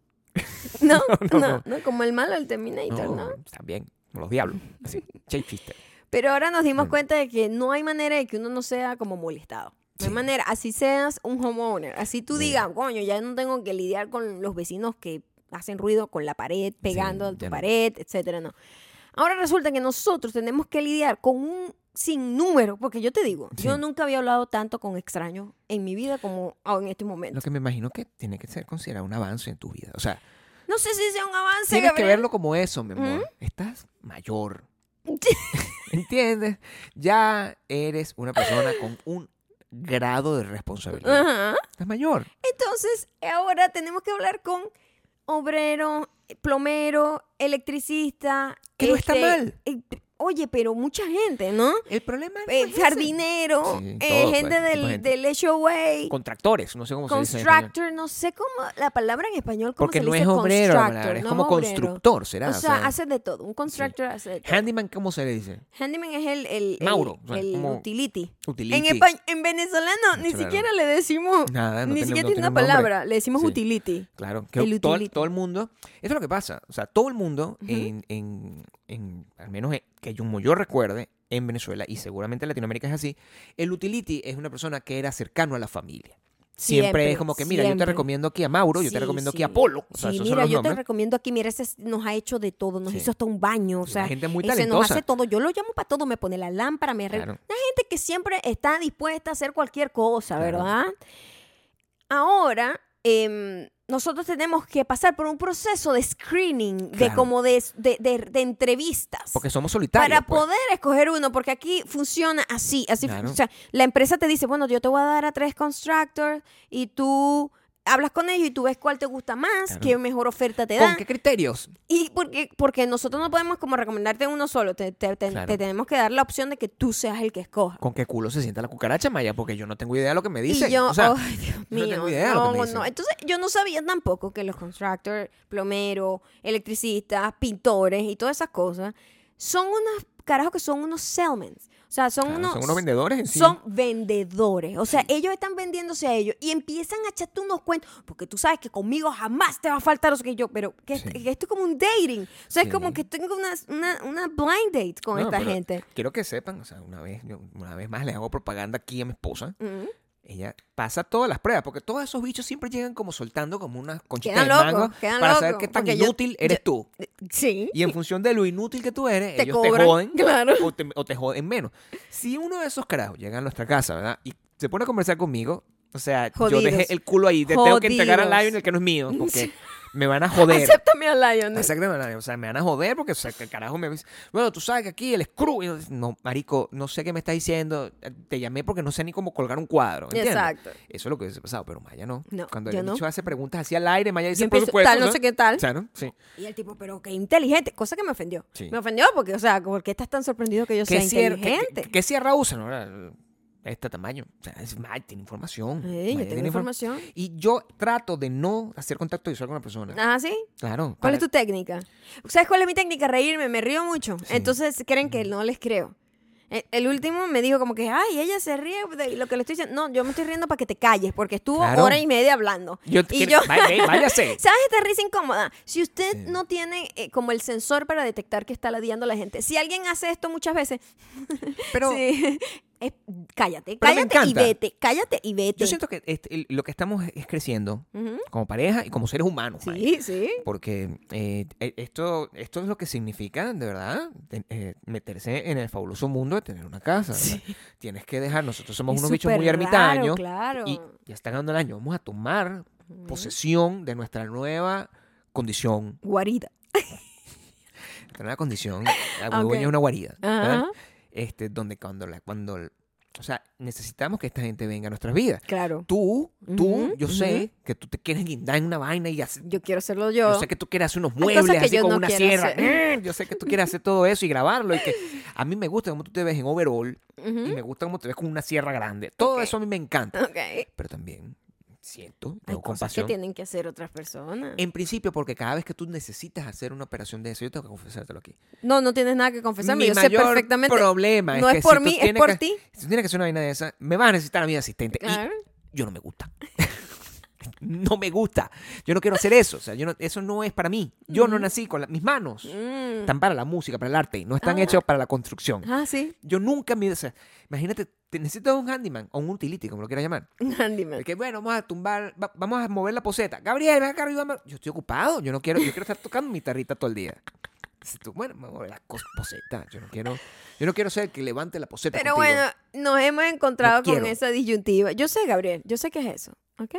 S1: No, no,
S2: No,
S1: no,
S2: no,
S1: como el malo del Terminator,
S2: No,
S1: ¿no?
S2: está bien. Como los diablos. Así. Shapeshifter.
S1: Pero ahora nos dimos
S2: Mm.
S1: cuenta de que no hay manera de que uno no sea como molestado. No hay
S2: Sí.
S1: manera, así seas un homeowner, así tú
S2: Sí.
S1: digas, coño, ya no tengo que lidiar con los vecinos que hacen ruido con la pared, pegando a tu
S2: ya no.
S1: pared, etcétera, no. Ahora resulta que nosotros tenemos que lidiar con un sinnúmero, porque yo te digo, yo
S2: Sí.
S1: nunca había hablado tanto con extraños en mi vida como ahora en este momento.
S2: Lo que me imagino que tiene que ser considerado un avance en tu vida. O sea,
S1: No sé si sea un avance,
S2: tienes que
S1: Gabriel.
S2: verlo como eso, mi amor. Estás mayor. ¿Entiendes? Ya eres una persona con un grado de responsabilidad.
S1: Ajá.
S2: Estás mayor.
S1: Entonces, ahora tenemos que hablar con obrero, plomero, electricista.
S2: Que no está mal.
S1: eh, oye, pero mucha gente, ¿no?
S2: El problema no
S1: Eh,
S2: es ese.
S1: jardinero,
S2: Sí,
S1: eh,
S2: todo,
S1: gente
S2: pues, tipo
S1: del,
S2: de gente.
S1: del HOA,
S2: Contractores, no sé cómo se dice. en español.
S1: constructor, no sé cómo, la palabra en español, ¿cómo
S2: Porque
S1: se
S2: no
S1: dice
S2: es obrero, la
S1: constructor?
S2: palabra, es
S1: No
S2: como
S1: obrero.
S2: constructor, será.
S1: O sea,
S2: o sea,
S1: hace de todo. Un constructor hace de todo.
S2: handyman, ¿cómo se le dice?
S1: Handyman es el, el, el-
S2: Mauro, o sea,
S1: el
S2: como
S1: utility.
S2: Utility.
S1: En, espa- en venezolano ni
S2: Claro.
S1: siquiera le decimos,
S2: Nada,
S1: ni
S2: no tiene-
S1: siquiera
S2: no
S1: tiene una
S2: tiene nombre.
S1: palabra, le decimos
S2: Sí.
S1: utility.
S2: Claro, que
S1: El
S2: todo,
S1: utility.
S2: todo el mundo, eso es lo que pasa, o sea, todo el mundo,
S1: Ujú.
S2: en, en- en- al menos en- que yo, como yo recuerde, en Venezuela, y seguramente en Latinoamérica es así, el utility es una persona que era cercano a la familia. Siempre, es como que, mira, yo
S1: siempre.
S2: te recomiendo aquí a Mauro, yo
S1: Sí,
S2: te recomiendo aquí
S1: sí.
S2: a Polo. O sea,
S1: sí,
S2: esos son
S1: mira,
S2: los
S1: yo te
S2: nombres.
S1: recomiendo aquí, mira, ese nos ha hecho de todo, nos
S2: Sí.
S1: hizo hasta un baño, o
S2: Una
S1: sea,
S2: gente muy
S1: él se nos
S2: talentosa.
S1: hace todo, yo lo llamo para todo, me pone la lámpara, me arregla.
S2: Claro.
S1: Gente que siempre está dispuesta a hacer cualquier cosa,
S2: Claro.
S1: ¿verdad? Ahora, em, nosotros tenemos que pasar por un proceso de screening, de
S2: Claro.
S1: como de, de- de- de entrevistas.
S2: Porque somos solitarios.
S1: para
S2: pues.
S1: poder escoger uno, porque aquí funciona así, así,
S2: Claro.
S1: o sea, la empresa te dice, bueno, yo te voy a dar a tres constructors y tú hablas con ellos y tú ves cuál te gusta más,
S2: Claro.
S1: qué mejor oferta te
S2: ¿Con
S1: dan.
S2: qué criterios?
S1: Y porque, porque nosotros no podemos como recomendarte uno solo, te, te- te-
S2: Claro.
S1: te tenemos que dar la opción de que tú seas el que escoja.
S2: ¿Con qué culo se sienta la cucaracha, Maya? Porque yo no tengo idea de lo que me dicen.
S1: y yo,
S2: O sea,
S1: ay, Dios
S2: no
S1: mío,
S2: tengo idea de lo
S1: no,
S2: que me
S1: no.
S2: dicen.
S1: Entonces yo no sabía tampoco que los constructors, plomeros, electricistas, pintores y todas esas cosas son unas, carajo, que son unos salesmen. O sea, son
S2: claro,
S1: unos...
S2: son unos vendedores en sí.
S1: Son vendedores. O sea, ellos están vendiéndose a ellos y empiezan a echarte unos cuentos. Porque tú sabes que conmigo jamás te va a faltar lo que yo. Pero que,
S2: Sí.
S1: que esto es como un dating. O sea,
S2: Sí.
S1: es como que tengo una, una, una blind date con
S2: No,
S1: esta
S2: pero
S1: gente.
S2: Quiero que sepan, o sea, una vez, yo una vez más le hago propaganda aquí a mi esposa.
S1: Mm.
S2: Ella pasa todas las pruebas, porque todos esos bichos siempre llegan como soltando como unas conchitas
S1: Quedan
S2: de
S1: locos,
S2: mango
S1: quedan
S2: para saber
S1: locos,
S2: qué tan
S1: porque yo-
S2: inútil eres tú.
S1: Sí.
S2: Y en función de lo inútil que tú eres,
S1: Te
S2: ellos te
S1: cobran,
S2: joden
S1: claro.
S2: o, te, o te joden menos. Si uno de esos carajos llega a nuestra casa, ¿verdad? Y se pone a conversar conmigo, o sea,
S1: Jodidos.
S2: yo dejé el culo ahí, te tengo que entregar al
S1: Jodidos.
S2: Lion el que no es mío, porque me van a joder.
S1: Acéptame a Lion.
S2: Exactamente, o sea, me van a joder porque, o sea, que el carajo me dice, bueno, tú sabes que aquí el screw, y yo, no, marico, no sé qué me estás diciendo, te llamé porque no sé ni cómo colgar un cuadro, ¿entiendes?
S1: Exacto.
S2: Eso es lo que hubiese pasado, pero Maya no.
S1: No,
S2: Cuando
S1: yo
S2: el
S1: no.
S2: bicho hace preguntas así al aire, Maya dice,
S1: Yo
S2: por
S1: empiezo,
S2: supuesto,
S1: tal, no sé qué tal.
S2: O sea, ¿no? Sí.
S1: Y el tipo, pero qué inteligente. Cosa que me ofendió.
S2: Sí.
S1: Me ofendió porque, o sea, ¿por qué estás tan sorprendido que yo sea
S2: ¿Qué, cier- qué-
S1: inteligente?
S2: qué- qué sierra usan ahora? Este tamaño. O sea, es Maya tiene información.
S1: Ey,
S2: Maya
S1: yo tengo
S2: tiene inform-
S1: información.
S2: Y yo trato de no hacer contacto visual con la persona.
S1: Ah, sí.
S2: Claro.
S1: ¿Cuál
S2: para-
S1: es tu técnica? ¿Sabes cuál es mi técnica? Reírme, me río mucho.
S2: Sí.
S1: Entonces creen que no les creo. E- El último me dijo como que, ay, ella se ríe de lo que le estoy diciendo. No, yo me estoy riendo para que te calles, porque estuvo
S2: Claro.
S1: hora y media hablando.
S2: Yo,
S1: y
S2: quiero- Vaya- váyase.
S1: ¿Sabes esta risa incómoda? Si usted
S2: Sí.
S1: no tiene eh, como el sensor para detectar que está ladeando a la gente, si alguien hace esto muchas veces,
S2: Pero
S1: sí, es- cállate,
S2: Pero me
S1: cállate y
S2: encanta.
S1: vete, cállate y vete.
S2: yo siento que este, el- lo que estamos es creciendo
S1: Ujú.
S2: como pareja y como seres humanos. Maya.
S1: Sí, sí.
S2: Porque eh, eh, esto, esto es lo que significa, de verdad, de- eh, meterse en el fabuloso mundo de tener una casa. ¿verdad? Tienes que dejar, nosotros somos
S1: Es
S2: unos bichos muy
S1: súper raro,
S2: ermitaños.
S1: Claro.
S2: Y ya está ganando el año. Vamos a tomar posesión de nuestra nueva condición.
S1: Guarida.
S2: Nuestra nueva condición. La huevoña
S1: Ok.
S2: es una guarida. ¿verdad?
S1: Ajá.
S2: Este, donde cuando la, cuando el- o sea, necesitamos que esta gente venga a nuestras vidas.
S1: Claro.
S2: Tú, tú,
S1: Ujú,
S2: yo sé que tú te quieres guindar en una vaina y hacer.
S1: Yo quiero hacerlo
S2: Yo
S1: yo.
S2: sé que tú quieres hacer unos
S1: Hay cosas
S2: muebles
S1: que
S2: así
S1: yo
S2: con
S1: no
S2: una
S1: quiero
S2: sierra.
S1: hacer.
S2: Mm, Yo sé que tú quieres hacer todo eso y grabarlo. Y que a mí me gusta cómo tú te ves en overall
S1: Ujú.
S2: y me gusta cómo te ves con una sierra grande. Todo
S1: ¿Mm? Ok.
S2: eso a mí me encanta.
S1: Ok.
S2: Pero también siento,
S1: Hay cosas
S2: tengo
S1: que
S2: compasión
S1: tienen que hacer otras personas.
S2: En principio, porque cada vez que tú necesitas hacer una operación de eso, yo tengo que confesártelo aquí.
S1: No, no tienes nada que confesarme.
S2: Mi
S1: Pues, yo sé
S2: mayor
S1: perfectamente.
S2: problema
S1: No es,
S2: es, que si
S1: por
S2: tú
S1: mí, es
S2: tienes
S1: por
S2: que-
S1: ti.
S2: Si tú tienes que hacer una vaina de esa, me vas a necesitar a mí de asistente.
S1: Claro.
S2: Y yo no me gusta. no me gusta. Yo no quiero hacer eso. O sea, yo no- eso no es para mí. Yo no nací con la- mis manos.
S1: Mm.
S2: Están para la música, para el arte. No están
S1: Ah.
S2: hechos para la construcción.
S1: Ah, sí.
S2: Yo nunca me... o sea, imagínate, te necesitas un handyman o un utility, como lo quieras llamar.
S1: Handyman.
S2: De que bueno, vamos a tumbar, va- vamos a mover la poseta. Gabriel, ven acá, ayúdame. Yo estoy ocupado, yo no quiero, yo quiero estar tocando mi tarrita todo el día. Dices tú, bueno, vamos a mover la cos- poseta. Yo no quiero, yo no quiero ser el que levante la poseta.
S1: Pero
S2: contigo.
S1: bueno, nos hemos encontrado
S2: No
S1: con
S2: quiero.
S1: esa disyuntiva. Yo sé, Gabriel, yo sé que es eso. ¿Ok?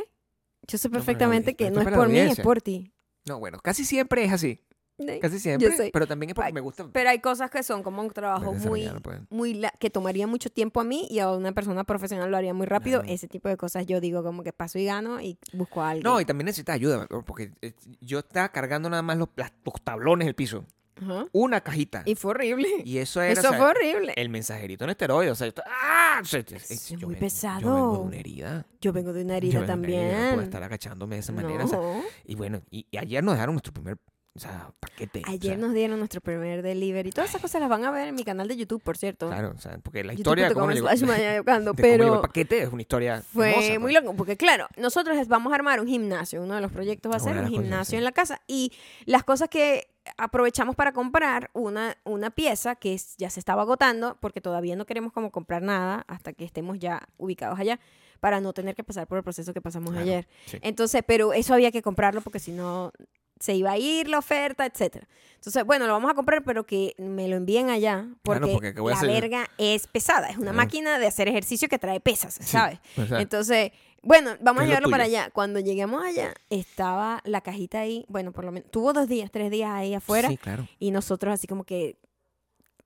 S1: Yo sé
S2: No, pero
S1: perfectamente
S2: es-
S1: que
S2: esto
S1: no es
S2: es para la
S1: por mí, es
S2: audiencia.
S1: por ti.
S2: No, bueno, casi siempre es así,
S1: Sí.
S2: casi siempre.
S1: Eh, sé.
S2: Pero también es porque
S1: Ay,
S2: me gusta.
S1: Pero hay cosas que son como un trabajo muy,
S2: desarrollar, pues.
S1: muy la- que tomaría mucho tiempo a mí y a una persona profesional lo haría muy rápido.
S2: Claro.
S1: Ese tipo de cosas yo digo como que paso y gano y busco a alguien.
S2: No, y también necesitas ayuda, porque eh, yo estaba cargando nada más los, las- los tablones del piso,
S1: Ajá.
S2: una cajita.
S1: Y fue horrible.
S2: Y eso era.
S1: Eso
S2: o sea,
S1: fue horrible.
S2: El mensajerito en esteroides, o sea, yo estaba- ¡ah! O sea,
S1: Es
S2: yo
S1: muy
S2: vengo- Yo vengo de
S1: pesado.
S2: una herida.
S1: Yo vengo de una
S2: Yo
S1: herida
S2: me imagino que Yo no puedo
S1: también.
S2: estar agachándome de esa
S1: No.
S2: manera. o sea, y bueno, y, y ayer nos dejaron nuestro primer o sea, paquete. o
S1: Ayer
S2: sea,
S1: nos dieron nuestro primer delivery. Todas esas cosas las van a ver en mi canal de YouTube, por cierto.
S2: Claro, o sea, porque la historia de cómo,
S1: YouTube.com
S2: llegó,
S1: slash Maya Educando,
S2: de cómo llegó el
S1: pero
S2: paquete es una historia
S1: fue
S2: hermosa,
S1: muy
S2: pues.
S1: loco. Porque claro, nosotros es- vamos a armar un gimnasio. Uno de los proyectos va a
S2: Es
S1: ser
S2: una
S1: un
S2: de las cosas,
S1: gimnasio
S2: sí.
S1: en la casa. Y las cosas que aprovechamos para comprar una, una pieza que es- ya se estaba agotando porque todavía no queremos como comprar nada hasta que estemos ya ubicados allá para no tener que pasar por el proceso que pasamos
S2: Claro,
S1: ayer.
S2: sí.
S1: Entonces, pero eso había que comprarlo porque si no se iba a ir la oferta, etcétera. Entonces, bueno, lo vamos a comprar, pero que me lo envíen allá porque,
S2: Claro, porque ¿qué voy a
S1: la
S2: hacer yo?
S1: verga es pesada, es una
S2: Claro.
S1: máquina de hacer ejercicio que trae pesas,
S2: Sí,
S1: ¿sabes?
S2: o sea,
S1: Entonces, bueno, vamos
S2: ¿Qué
S1: a
S2: es lo
S1: llevarlo
S2: tuyo?
S1: para allá. Cuando lleguemos allá, estaba la cajita ahí, bueno, por lo menos, tuvo dos días, tres días ahí afuera,
S2: Sí, claro.
S1: y nosotros así como que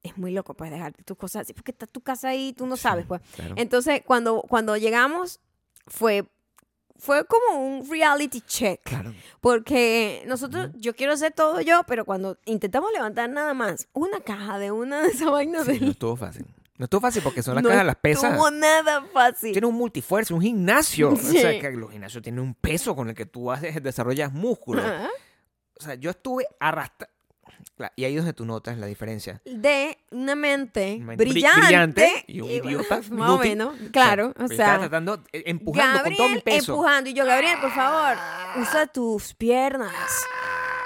S1: es muy loco, pues dejar tus cosas así, porque está tu casa ahí, tú no
S2: Sí,
S1: sabes, pues.
S2: claro.
S1: Entonces, cuando, cuando llegamos, fue fue como un reality check.
S2: Claro.
S1: Porque nosotros, yo quiero hacer todo yo, pero cuando intentamos levantar nada más una caja de una de esas vainas
S2: Sí,
S1: de
S2: no estuvo fácil. No estuvo fácil porque son las
S1: no
S2: cajas, las pesas.
S1: estuvo nada fácil.
S2: Tiene un multifuerzo, un gimnasio. O
S1: Sí.
S2: sea, que los gimnasios tienen un peso con el que tú haces, desarrollas músculo.
S1: Ajá.
S2: O sea, yo estuve arrastrando. Y ahí es donde tú notas la diferencia.
S1: De una mente
S2: Bri-
S1: brillante,
S2: brillante y un idiota,
S1: más o
S2: inútil.
S1: menos, claro, o
S2: yo estaba
S1: sea,
S2: tratando, eh, empujando
S1: Gabriel
S2: con todo mi peso.
S1: empujando y yo, Gabriel, por favor, usa tus piernas.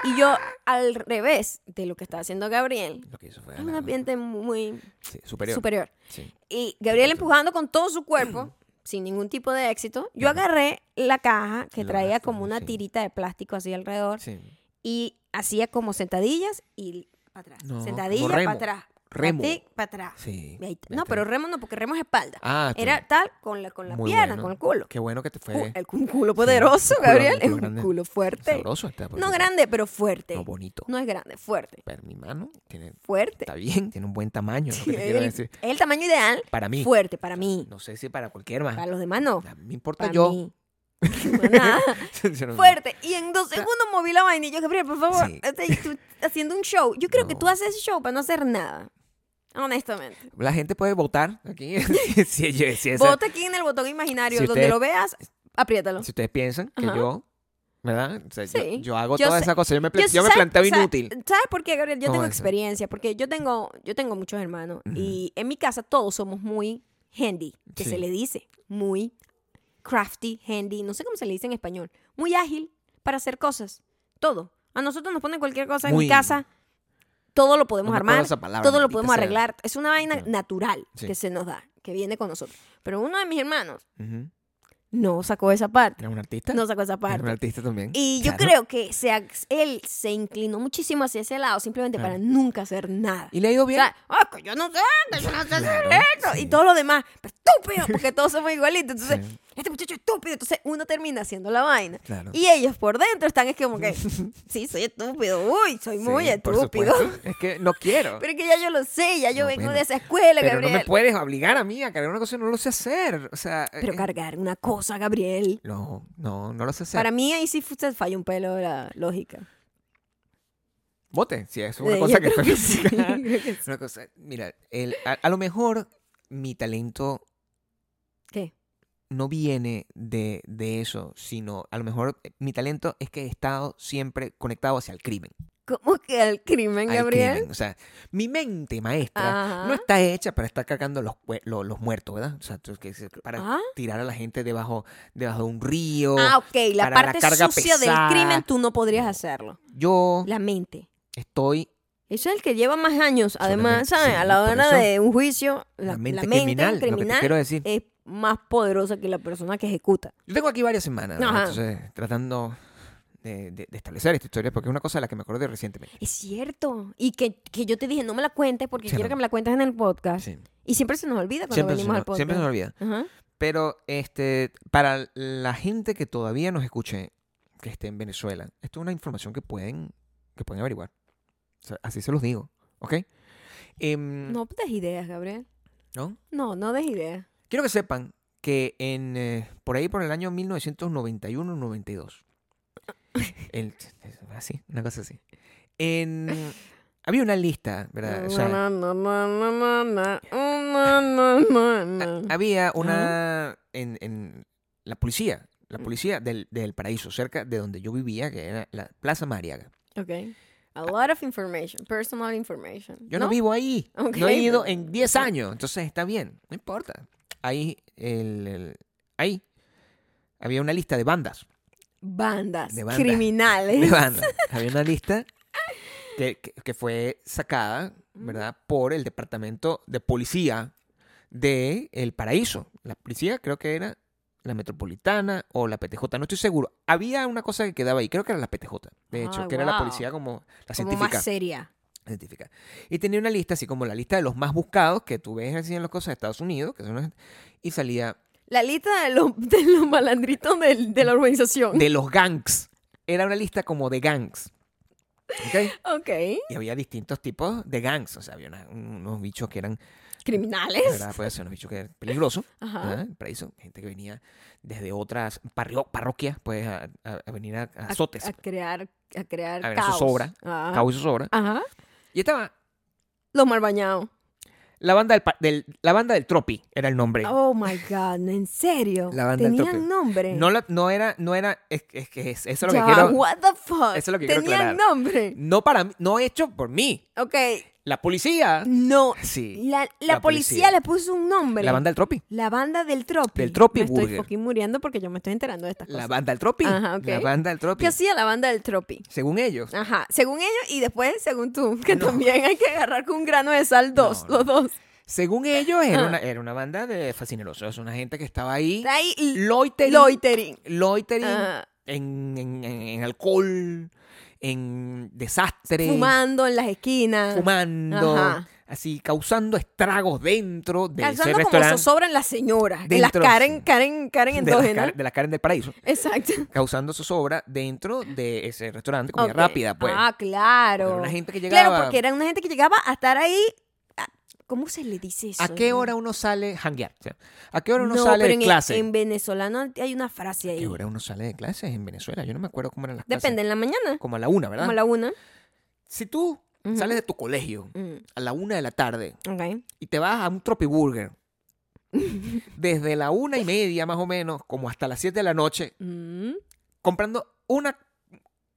S1: Y yo al revés de lo que estaba haciendo Gabriel.
S2: Lo que hizo fue
S1: Es un
S2: ganar, ¿no?
S1: ambiente muy
S2: Sí, superior.
S1: superior.
S2: Sí.
S1: Y Gabriel empujando con todo su cuerpo, sin ningún tipo de éxito. Yo agarré la caja que
S2: Lo
S1: traía
S2: agarraste,
S1: como una
S2: sí.
S1: tirita de plástico así alrededor
S2: Sí.
S1: y hacía como sentadillas y para atrás.
S2: No, como
S1: sentadilla,
S2: remo.
S1: para atrás.
S2: Remo.
S1: Para atrás.
S2: Sí.
S1: Y ahí-
S2: Ya
S1: No,
S2: está.
S1: pero remo no, porque remo es espalda.
S2: Ah, tú-
S1: Era tal con la, con la
S2: muy
S1: pierna,
S2: bueno.
S1: con el culo.
S2: Qué bueno que te fue.
S1: Cu- el- Un culo poderoso,
S2: culo- un
S1: Gabriel.
S2: culo
S1: Es un
S2: grande.
S1: culo fuerte.
S2: sabroso este
S1: No
S2: porque-
S1: grande, pero fuerte.
S2: No bonito.
S1: No es grande, fuerte.
S2: Pero mi mano tiene,
S1: Fuerte.
S2: está bien, tiene un buen tamaño. es lo que te
S1: es
S2: quiero
S1: el,
S2: decir.
S1: es el tamaño ideal.
S2: Para mí.
S1: Fuerte para mí.
S2: No sé si para cualquier más.
S1: Para los demás no.
S2: A mí me importa
S1: Para
S2: yo.
S1: mí. Para nada.
S2: Yo no-
S1: Fuerte. Y en dos segundos moví la vaina y yo, Gabriel, por favor,
S2: Sí.
S1: este, tú haciendo un show. Yo creo que
S2: No.
S1: tú haces show para no hacer nada. Honestamente.
S2: La gente puede votar aquí. si, si- si esa-
S1: Bota aquí en el botón imaginario.
S2: Si
S1: donde
S2: ustedes-
S1: lo veas, apriétalo.
S2: si ustedes piensan que
S1: Ajá.
S2: yo, ¿verdad? O sea, yo-
S1: Sí.
S2: yo, hago
S1: Yo
S2: todas
S1: sé-
S2: esas cosas. Yo me, pla- yo me
S1: ¿sabes-
S2: planteo
S1: sabes-
S2: inútil.
S1: ¿Sabes por qué, Gabriel? Yo
S2: ¿Cómo
S1: tengo
S2: es eso?
S1: experiencia, porque yo tengo, yo tengo muchos hermanos y en mi casa todos somos muy handy, que
S2: Sí.
S1: se le dice, muy crafty, handy, no sé cómo se le dice en español, muy ágil para hacer cosas, todo. A nosotros nos ponen cualquier cosa en
S2: Muy-
S1: mi casa, todo lo
S2: No
S1: podemos
S2: me acuerdo
S1: armar,
S2: esa palabra,
S1: todo lo
S2: maldita
S1: podemos
S2: sea.
S1: arreglar. Es una vaina
S2: Ya.
S1: natural
S2: Sí.
S1: que se nos da, que viene con nosotros. Pero uno de mis hermanos
S2: Ujú.
S1: no sacó esa parte,
S2: ¿Era un artista?
S1: no sacó esa
S2: Era
S1: parte.
S2: un artista también.
S1: Y yo
S2: Claro.
S1: creo que se ac- él se inclinó muchísimo hacia ese lado simplemente
S2: Claro.
S1: para nunca hacer nada.
S2: Y le ha ido
S1: O
S2: bien.
S1: sea, "Ah, que yo no sé, que yo no sé hacer
S2: Claro,
S1: esto. Y
S2: sí.
S1: todo lo demás, pero estúpido, porque todos somos igualitos. Entonces,
S2: Sí.
S1: este muchacho es estúpido. Entonces, uno termina haciendo la vaina.
S2: Claro.
S1: Y ellos por dentro están, es como que, sí, soy estúpido, uy, soy muy
S2: Sí, por
S1: estúpido.
S2: supuesto. Es que no quiero.
S1: Pero es que ya yo lo sé, ya yo
S2: No,
S1: vengo
S2: bueno,
S1: de esa escuela,
S2: Pero no
S1: Gabriel.
S2: me puedes obligar a mí a cargar una cosa que no lo sé hacer. O sea.
S1: Pero
S2: eh,
S1: cargar una cosa, Gabriel.
S2: No, no, no lo sé hacer.
S1: Para mí ahí sí usted falla un pelo la lógica.
S2: Vote, si es una
S1: Eh,
S2: cosa
S1: yo
S2: que
S1: creo
S2: fue-
S1: sí, creo que sí.
S2: Una cosa, mira, el- a, a lo mejor mi talento
S1: ¿Qué?
S2: no viene de, de eso, sino a lo mejor eh, mi talento es que he estado siempre conectado hacia el crimen.
S1: ¿Cómo que al crimen,
S2: al
S1: Gabriel? Ah.
S2: crimen. O sea, mi mente maestra
S1: Ajá.
S2: no está hecha para estar cargando los, cue- lo- los muertos, ¿verdad? O sea, tú- que se- para
S1: Ah.
S2: tirar a la gente debajo, debajo de un río.
S1: Ah, ok. La
S2: para la
S1: parte
S2: carga
S1: sucia
S2: pesada.
S1: del crimen tú no podrías hacerlo.
S2: Yo
S1: La mente.
S2: estoy
S1: Eso es el que lleva más años. Además,
S2: Seguramente,
S1: ¿sabes?
S2: sí,
S1: a la
S2: por
S1: hora
S2: eso.
S1: de un juicio, la,
S2: la mente,
S1: la mente
S2: criminal, lo que te
S1: criminal
S2: quiero decir.
S1: es más poderosa que la persona que ejecuta.
S2: Yo tengo aquí varias semanas, ¿no?
S1: Ajá.
S2: entonces, tratando de, de- de establecer esta historia, porque es una cosa de la que me acordé recientemente.
S1: Es cierto. Y que, que yo te dije, no me la cuentes porque
S2: Sí,
S1: quiero
S2: no.
S1: que me la cuentes en el podcast.
S2: Sí.
S1: Y siempre se nos olvida cuando
S2: Siempre, se
S1: venimos al
S2: nos,
S1: podcast.
S2: siempre se nos olvida.
S1: Ajá.
S2: Pero este, para la gente que todavía nos escuche, que esté en Venezuela, esto es una información que pueden, que pueden averiguar. O sea, así se los digo, ¿ok? Em,
S1: No des ideas, Gabriel.
S2: ¿no?
S1: No, no des ideas.
S2: Quiero que sepan que en, eh, por ahí, por el año 1991-92, el- así, una cosa así, en- había una lista, ¿verdad? O sea,
S1: Na, na, na, na, na, na, na, na, na, na.
S2: Ha- Había una en, en la policía, la policía del, del paraíso, cerca de donde yo vivía, que era la Plaza Mariaga.
S1: Okay. A lot of information, personal information.
S2: Yo no, vivo ahí, no
S1: Ok.
S2: he ido en 10 años, entonces está bien, no importa. Ahí, el- el- ahí había una lista de bandas.
S1: bandas,
S2: De bandas.
S1: criminales.
S2: de bandas. Había una lista que, que- que fue sacada, ¿verdad? Por el departamento de policía de El Paraíso. La policía creo que era la metropolitana o la PTJ, no estoy seguro. Había una cosa que quedaba ahí, creo que era la PTJ, de hecho,
S1: Ah,
S2: que era la
S1: wow.
S2: policía como
S1: como
S2: la científica.
S1: más seria.
S2: científica. Y tenía una lista, así como la lista de los más buscados, que tú ves así en las cosas de Estados Unidos, que son las- y salía
S1: La lista de los, de los malandritos del- de, la urbanización.
S2: de los gangs. Era una lista como de gangs. ¿Ok?
S1: ok.
S2: Y había distintos tipos de gangs. O sea, había una- unos bichos que eran La
S1: criminales.
S2: verdad, puede ser unos bichos que es peligroso.
S1: Ajá.
S2: ¿verdad? El Paraíso, gente que venía desde otras parrio- parroquias, pues, a, a- a venir a, a
S1: A-
S2: azotes,
S1: A, crear, a crear
S2: A ver,
S1: caos.
S2: zozobra.
S1: Ajá.
S2: cabo y zozobra.
S1: Ajá.
S2: Y estaba
S1: Los malbañados.
S2: la banda del, pa- del- la banda del Tropi, era el nombre.
S1: Oh my God, ¿en serio?
S2: La banda del
S1: Tenían
S2: tope.
S1: nombre.
S2: No, la- no era, no era, es, es que es- eso es lo
S1: Ya
S2: que
S1: va,
S2: quiero.
S1: what the fuck.
S2: eso es lo que quiero
S1: Tenían
S2: aclarar.
S1: nombre.
S2: No para mí, no hecho por mí.
S1: Ok,
S2: La policía.
S1: no.
S2: Sí.
S1: La, la policía
S2: La policía.
S1: le puso un nombre.
S2: La banda del Tropi.
S1: La banda del Tropi.
S2: Del Tropi
S1: Me estoy
S2: Burger.
S1: fucking muriendo porque yo me estoy enterando de estas
S2: La
S1: cosas.
S2: banda del Tropi.
S1: Ajá, ok.
S2: La banda del Tropi.
S1: ¿Qué hacía la banda del Tropi?
S2: Según ellos.
S1: Ajá, según ellos y después según tú, que
S2: No.
S1: también hay que agarrar con un grano de sal dos,
S2: No, no.
S1: los dos.
S2: Según ellos, era
S1: Ah.
S2: una, era una banda de fascinerosos. Una gente que estaba ahí.
S1: Está ahí y-
S2: Loitering.
S1: loitering.
S2: loitering
S1: Ah.
S2: en, en- en- en alcohol, en desastre,
S1: Fumando en las esquinas.
S2: fumando,
S1: Ajá.
S2: así causando estragos dentro de ese
S1: Calzando como
S2: restaurante
S1: zozobra en las señoras. En las
S2: Dentro-
S1: Karen, Karen, Karen
S2: de la,
S1: endógena.
S2: Karen- de la Karen del Paraíso,
S1: Exacto.
S2: causando zozobra dentro de ese restaurante de comida
S1: Ok.
S2: rápida, pues.
S1: Ah, claro.
S2: Porque era una gente que
S1: Claro,
S2: llegaba-
S1: porque era una gente que llegaba a estar ahí. a- ¿Cómo se le dice eso?
S2: ¿A qué hora uno sale hanguear? O sea, ¿A qué hora uno sale
S1: pero
S2: de
S1: en,
S2: clase?
S1: en venezolano hay una frase
S2: ¿A
S1: ahí.
S2: qué hora uno sale de clases en Venezuela? Yo no me acuerdo cómo eran las clases.
S1: Depende, en la mañana,
S2: Como a la una, ¿verdad?
S1: como a la una.
S2: Si tú
S1: Ujú.
S2: sales de tu colegio
S1: Mm,
S2: a la una de la tarde
S1: ok.
S2: y te vas a un tropiburger desde la una y media más o menos como hasta las siete de la noche
S1: Mm,
S2: comprando una,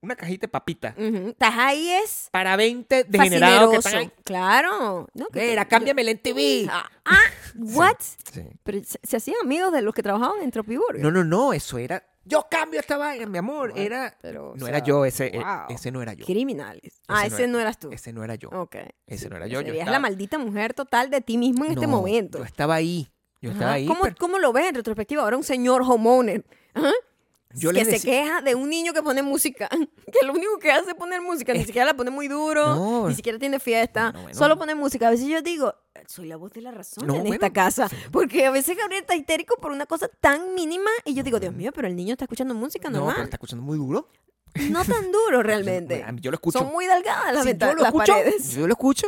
S2: una cajita de papita
S1: ujú. Estás ahí es
S2: para 20 degenerados que
S1: fascineroso.
S2: están ahí.
S1: Claro. No, que
S2: Mira,
S1: te-
S2: cámbiame el NTV.
S1: Ah, ah, what?
S2: Sí.
S1: Pero se, se hacían amigos de los que trabajaban en Tropiburger.
S2: No, no, no, eso era... Yo cambio esta vaina, mi amor.
S1: Bueno,
S2: Era...
S1: pero, o
S2: No
S1: sea,
S2: era yo, ese, eh,
S1: wow.
S2: ese no era yo.
S1: Criminales. ah, ese no, eras tú.
S2: Ese no era yo.
S1: Ok.
S2: Ese
S1: Oh, Sí,
S2: no era yo, yo
S1: Serías la
S2: estaba-
S1: maldita mujer total de ti mismo en este
S2: No,
S1: momento.
S2: Yo estaba ahí. Yo estaba
S1: Ajá.
S2: ahí.
S1: ¿Cómo,
S2: pero
S1: cómo lo ves en retrospectiva? Ahora un señor homeowner ajá,
S2: yo
S1: que
S2: les
S1: se
S2: decía-
S1: queja de un niño que pone música, que lo único que hace es poner música, ni siquiera la pone muy duro,
S2: Eh, No.
S1: ni siquiera tiene fiesta,
S2: Bueno, bueno.
S1: solo pone música. A veces yo digo, soy la voz de la razón
S2: No,
S1: en
S2: bueno,
S1: esta casa, porque a veces Gabriel está histérico por una cosa tan mínima y yo digo, Dios mío, pero el niño está escuchando música
S2: No, pero
S1: normal.
S2: está escuchando muy duro.
S1: No tan duro realmente.
S2: A mí- Yo lo escucho.
S1: Son muy delgadas las
S2: Si
S1: ventanas,
S2: yo lo
S1: las
S2: escucho,
S1: paredes.
S2: Yo lo escucho.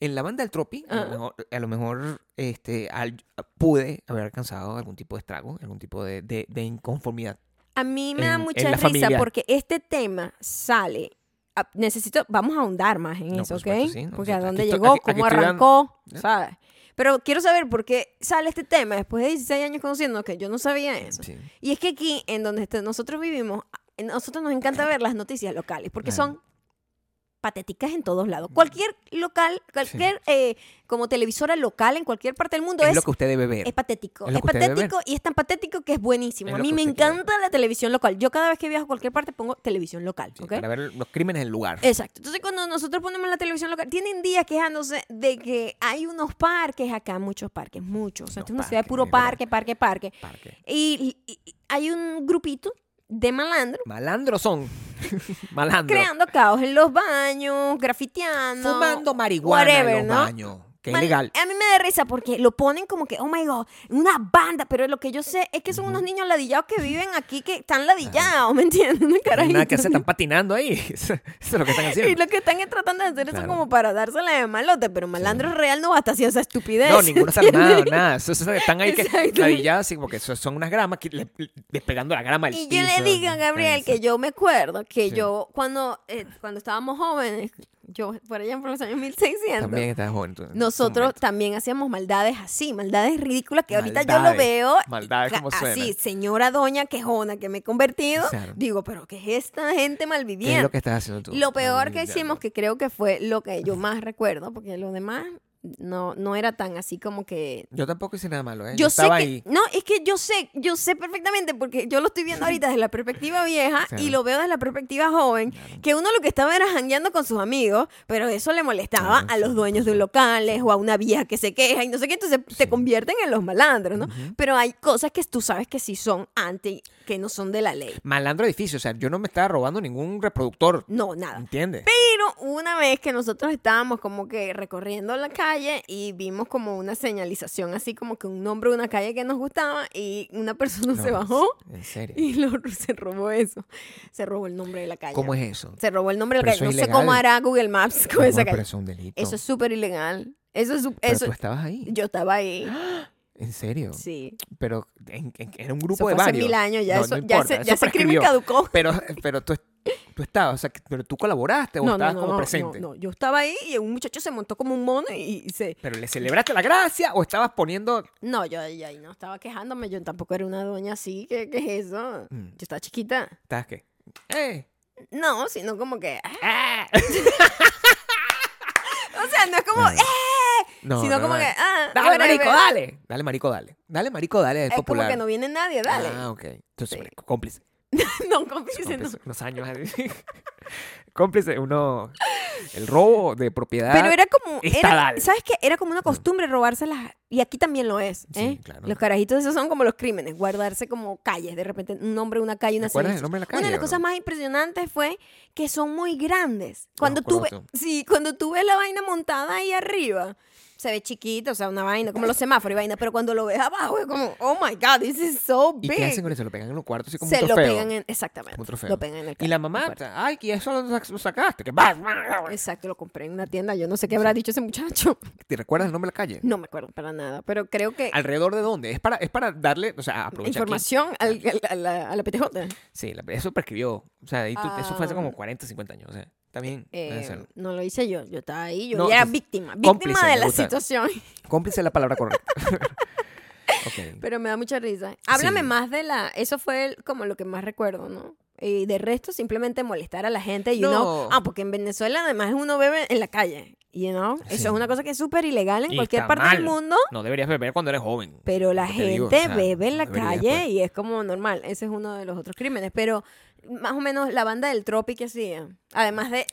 S2: En la banda del Tropi, a
S1: Ajá.
S2: lo mejor, a lo mejor, este, al- pude haber alcanzado algún tipo de estrago, algún tipo de, de- de inconformidad.
S1: A mí me
S2: en-
S1: da
S2: en
S1: mucha
S2: la
S1: risa
S2: familia.
S1: porque este tema sale. a- Necesito, vamos a ahondar más en
S2: No,
S1: eso,
S2: por
S1: ¿ok?
S2: supuesto, sí, no,
S1: porque
S2: sí,
S1: a
S2: aquí
S1: dónde
S2: estoy-
S1: llegó,
S2: aquí- aquí
S1: cómo
S2: estoy dando-
S1: arrancó,
S2: ¿Ya?
S1: ¿sabes? Pero quiero saber por qué sale este tema después de 16 años conociendo que yo no sabía eso.
S2: Sí.
S1: Y es que aquí, en donde este- nosotros vivimos, a nosotros nos encanta ver las noticias locales porque
S2: Claro.
S1: son patéticas en todos lados. Cualquier local, cualquier eh, como televisora local en cualquier parte del mundo
S2: Es
S1: es,
S2: lo que usted debe ver.
S1: es patético.
S2: Es
S1: Es,
S2: lo que usted debe ver.
S1: patético y es tan patético que es buenísimo.
S2: Es
S1: a
S2: lo
S1: mí
S2: que
S1: me
S2: usted quiere
S1: encanta la televisión local. Yo cada vez que viajo a cualquier parte pongo televisión local,
S2: sí,
S1: ¿ok? Eh,
S2: Para ver los crímenes del lugar.
S1: Exacto. Entonces, cuando nosotros ponemos la televisión local, tienen días quejándose de que hay unos parques acá, muchos parques, muchos. O sea,
S2: Los
S1: esta es una ciudad de
S2: parques,
S1: puro
S2: es verdad.
S1: parque, parque, parque.
S2: Parque.
S1: Y, y- y hay un grupito de malandros
S2: Malandros son. Malandros.
S1: creando caos en los baños, grafiteando.
S2: Fumando marihuana
S1: whatever,
S2: en los
S1: ¿no?
S2: baños. Que es
S1: Mal-
S2: ilegal.
S1: A mí me da risa porque lo ponen como que, oh my god, una banda, pero lo que yo sé es que son unos niños ladillados que viven aquí, que están ladillados, ¿me entiendes? Una
S2: No hay Nada que
S1: carajita.
S2: hacer, están patinando ahí. Eso es lo que están haciendo.
S1: Y lo que están es tratando de hacer eso
S2: Claro.
S1: como para dársela de malote, pero malandro real no basta hacer esa estupidez.
S2: No, ninguno está
S1: ¿entiendes?
S2: armado, nada. Eso- eso- están ahí que
S1: Exacto.
S2: radilladas, sí, porque so- son unas gramas que le- despegando la grama del
S1: Y yo le
S2: piso.
S1: digo a Gabriel que
S2: Eso.
S1: yo me acuerdo que
S2: Sí.
S1: yo, cuando, eh, cuando estábamos jóvenes, yo por allá por los años 1600,
S2: También estás joven. tú, en ese
S1: Nosotros
S2: momento.
S1: también hacíamos maldades así, maldades ridículas que ahorita yo lo
S2: Maldades,
S1: veo. y
S2: maldades
S1: ca-
S2: como suena.
S1: Así, señora doña quejona que me he convertido.
S2: Claro.
S1: Digo, pero ¿qué es esta gente
S2: ¿Qué es
S1: malviviente?
S2: lo que estás haciendo tú?
S1: Lo peor que
S2: Ya,
S1: hicimos, que creo que fue lo que yo más recuerdo, porque lo demás no, no era tan así como que...
S2: Yo tampoco hice nada malo, ¿eh?
S1: Yo sé que...
S2: estaba ahí.
S1: No, es que yo sé, yo sé perfectamente, porque yo lo estoy viendo ahorita desde la perspectiva vieja
S2: Claro.
S1: y lo veo desde la perspectiva joven, que uno lo que estaba era jangueando con sus amigos, pero eso le molestaba
S2: Claro,
S1: a los dueños de locales o a una vieja que se queja y no sé qué, entonces te convierten en los malandros, ¿no? Pero hay cosas que tú sabes que sí son anti, que no son de la ley.
S2: Malandro edificio, o sea, yo no me estaba robando ningún reproductor.
S1: No, nada.
S2: ¿Entiendes?
S1: Pero una vez que nosotros estábamos como que recorriendo la calle y vimos como una señalización, así como que un nombre de una calle que nos gustaba y una persona
S2: No,
S1: se bajó
S2: En serio.
S1: y lo- se robó eso. Se robó el nombre de la calle.
S2: ¿Cómo es eso?
S1: Se robó el nombre de la
S2: Pero
S1: calle. No
S2: eso es
S1: sé cómo
S2: ilegal.
S1: hará Google Maps con
S2: Amor,
S1: esa
S2: pero
S1: calle.
S2: eso es un delito.
S1: Eso es súper ilegal. Eso es. su-
S2: Pero
S1: Eso,
S2: tú estabas ahí.
S1: yo estaba ahí.
S2: ¿En serio?
S1: Sí.
S2: Pero en- en- era un
S1: Eso
S2: grupo
S1: fue
S2: de
S1: hace
S2: varios.
S1: mil años. Ya,
S2: No,
S1: eso,
S2: no
S1: ya,
S2: importa,
S1: ese,
S2: eso
S1: ya ese crimen
S2: prescribió.
S1: caducó.
S2: Pero, pero tú, tú estabas, o sea, que- pero tú colaboraste o
S1: No, no,
S2: estabas
S1: no,
S2: como
S1: no,
S2: presente.
S1: no, no. Yo estaba ahí y un muchacho se montó como un mono y, y se.
S2: ¿Pero le celebraste la gracia o estabas poniendo...?
S1: No, yo ahí ahí no estaba quejándome. Yo tampoco era una doña así. ¿Qué, qué es eso?
S2: Mm.
S1: Yo estaba chiquita.
S2: ¿Estabas qué? ¡Eh!
S1: No, sino como que. ah,
S2: ¡Ah!
S1: O sea, no es como.
S2: No,
S1: ¡Eh!
S2: No,
S1: sino
S2: no,
S1: como
S2: no.
S1: que. Ah,
S2: ¡Dale,
S1: whatever.
S2: marico, dale! Dale, marico, dale. Dale, marico, dale, es,
S1: Es
S2: popular.
S1: como que no viene nadie, dale.
S2: Ah, ok. Entonces,
S1: Sí.
S2: marico, cómplice.
S1: no, cómplice, no.
S2: cómplice, Unos años así. cómplice, uno... El robo de propiedad.
S1: Pero era como. era-
S2: Estadal.
S1: ¿Sabes qué? Era como una costumbre robárselas. Y aquí también lo es.
S2: Sí,
S1: ¿eh?
S2: claro.
S1: Los carajitos, esos son como los crímenes. Guardarse como calles. De repente, un nombre, una calle,
S2: ¿Te
S1: una
S2: acuerdas
S1: serie.
S2: el nombre de la calle?
S1: Una de las
S2: o
S1: cosas
S2: no?
S1: más impresionantes fue que son muy grandes. Cuando tú ves,
S2: acuerdo.
S1: sí, cuando tú ves la vaina montada ahí arriba, se ve chiquita, o sea, una vaina, como los semáforos y vaina, pero cuando lo ves abajo es como, oh my god, this is so
S2: ¿Y
S1: big.
S2: qué hacen con eso? ¿Lo pegan en los cuartos así como
S1: se
S2: un
S1: lo
S2: trofeo?
S1: pegan en, exactamente,
S2: Como un trofeo.
S1: lo pegan en el
S2: Y
S1: carro,
S2: la
S1: me
S2: mamá, pues,
S1: acuerdo.
S2: ay, que eso lo, sac- lo sacaste. Que vas, vas".
S1: Exacto, lo compré en una tienda, yo no sé qué habrá dicho ese muchacho.
S2: ¿Te recuerdas el nombre de la calle?
S1: No me acuerdo para nada, pero creo que
S2: ¿Alrededor de dónde? Es para, es para darle, o sea, aprovechar.
S1: Eh, información al- al- a, la, a la PTJ.
S2: Sí, la- eso prescribió. O sea, y tú- eso fue hace
S1: Ah.
S2: como 40, 50 años. O sea, también.
S1: Eh,
S2: puede ser.
S1: no lo hice yo, yo estaba ahí, yo
S2: No,
S1: era
S2: es-
S1: víctima,
S2: cómplice,
S1: víctima de
S2: me
S1: la
S2: gusta.
S1: situación.
S2: Cómplice es la palabra correcta. ok.
S1: Pero me da mucha risa. Háblame más de la... Eso fue el- como lo que más recuerdo, ¿no? Y de resto, simplemente molestar a la gente. Y uno...
S2: No.
S1: Ah, porque en Venezuela además uno bebe en la calle. You know? Eso
S2: Sí.
S1: es una cosa que es súper ilegal en
S2: Y
S1: cualquier
S2: está
S1: parte del
S2: mal.
S1: mundo.
S2: No deberías beber cuando eres joven.
S1: Pero la
S2: Lo que te
S1: gente
S2: digo, o sea,
S1: bebe en la
S2: no deberías,
S1: calle
S2: pues.
S1: y es como normal. Ese es uno de los otros crímenes. Pero más o menos la banda del Tropi que hacía. Además de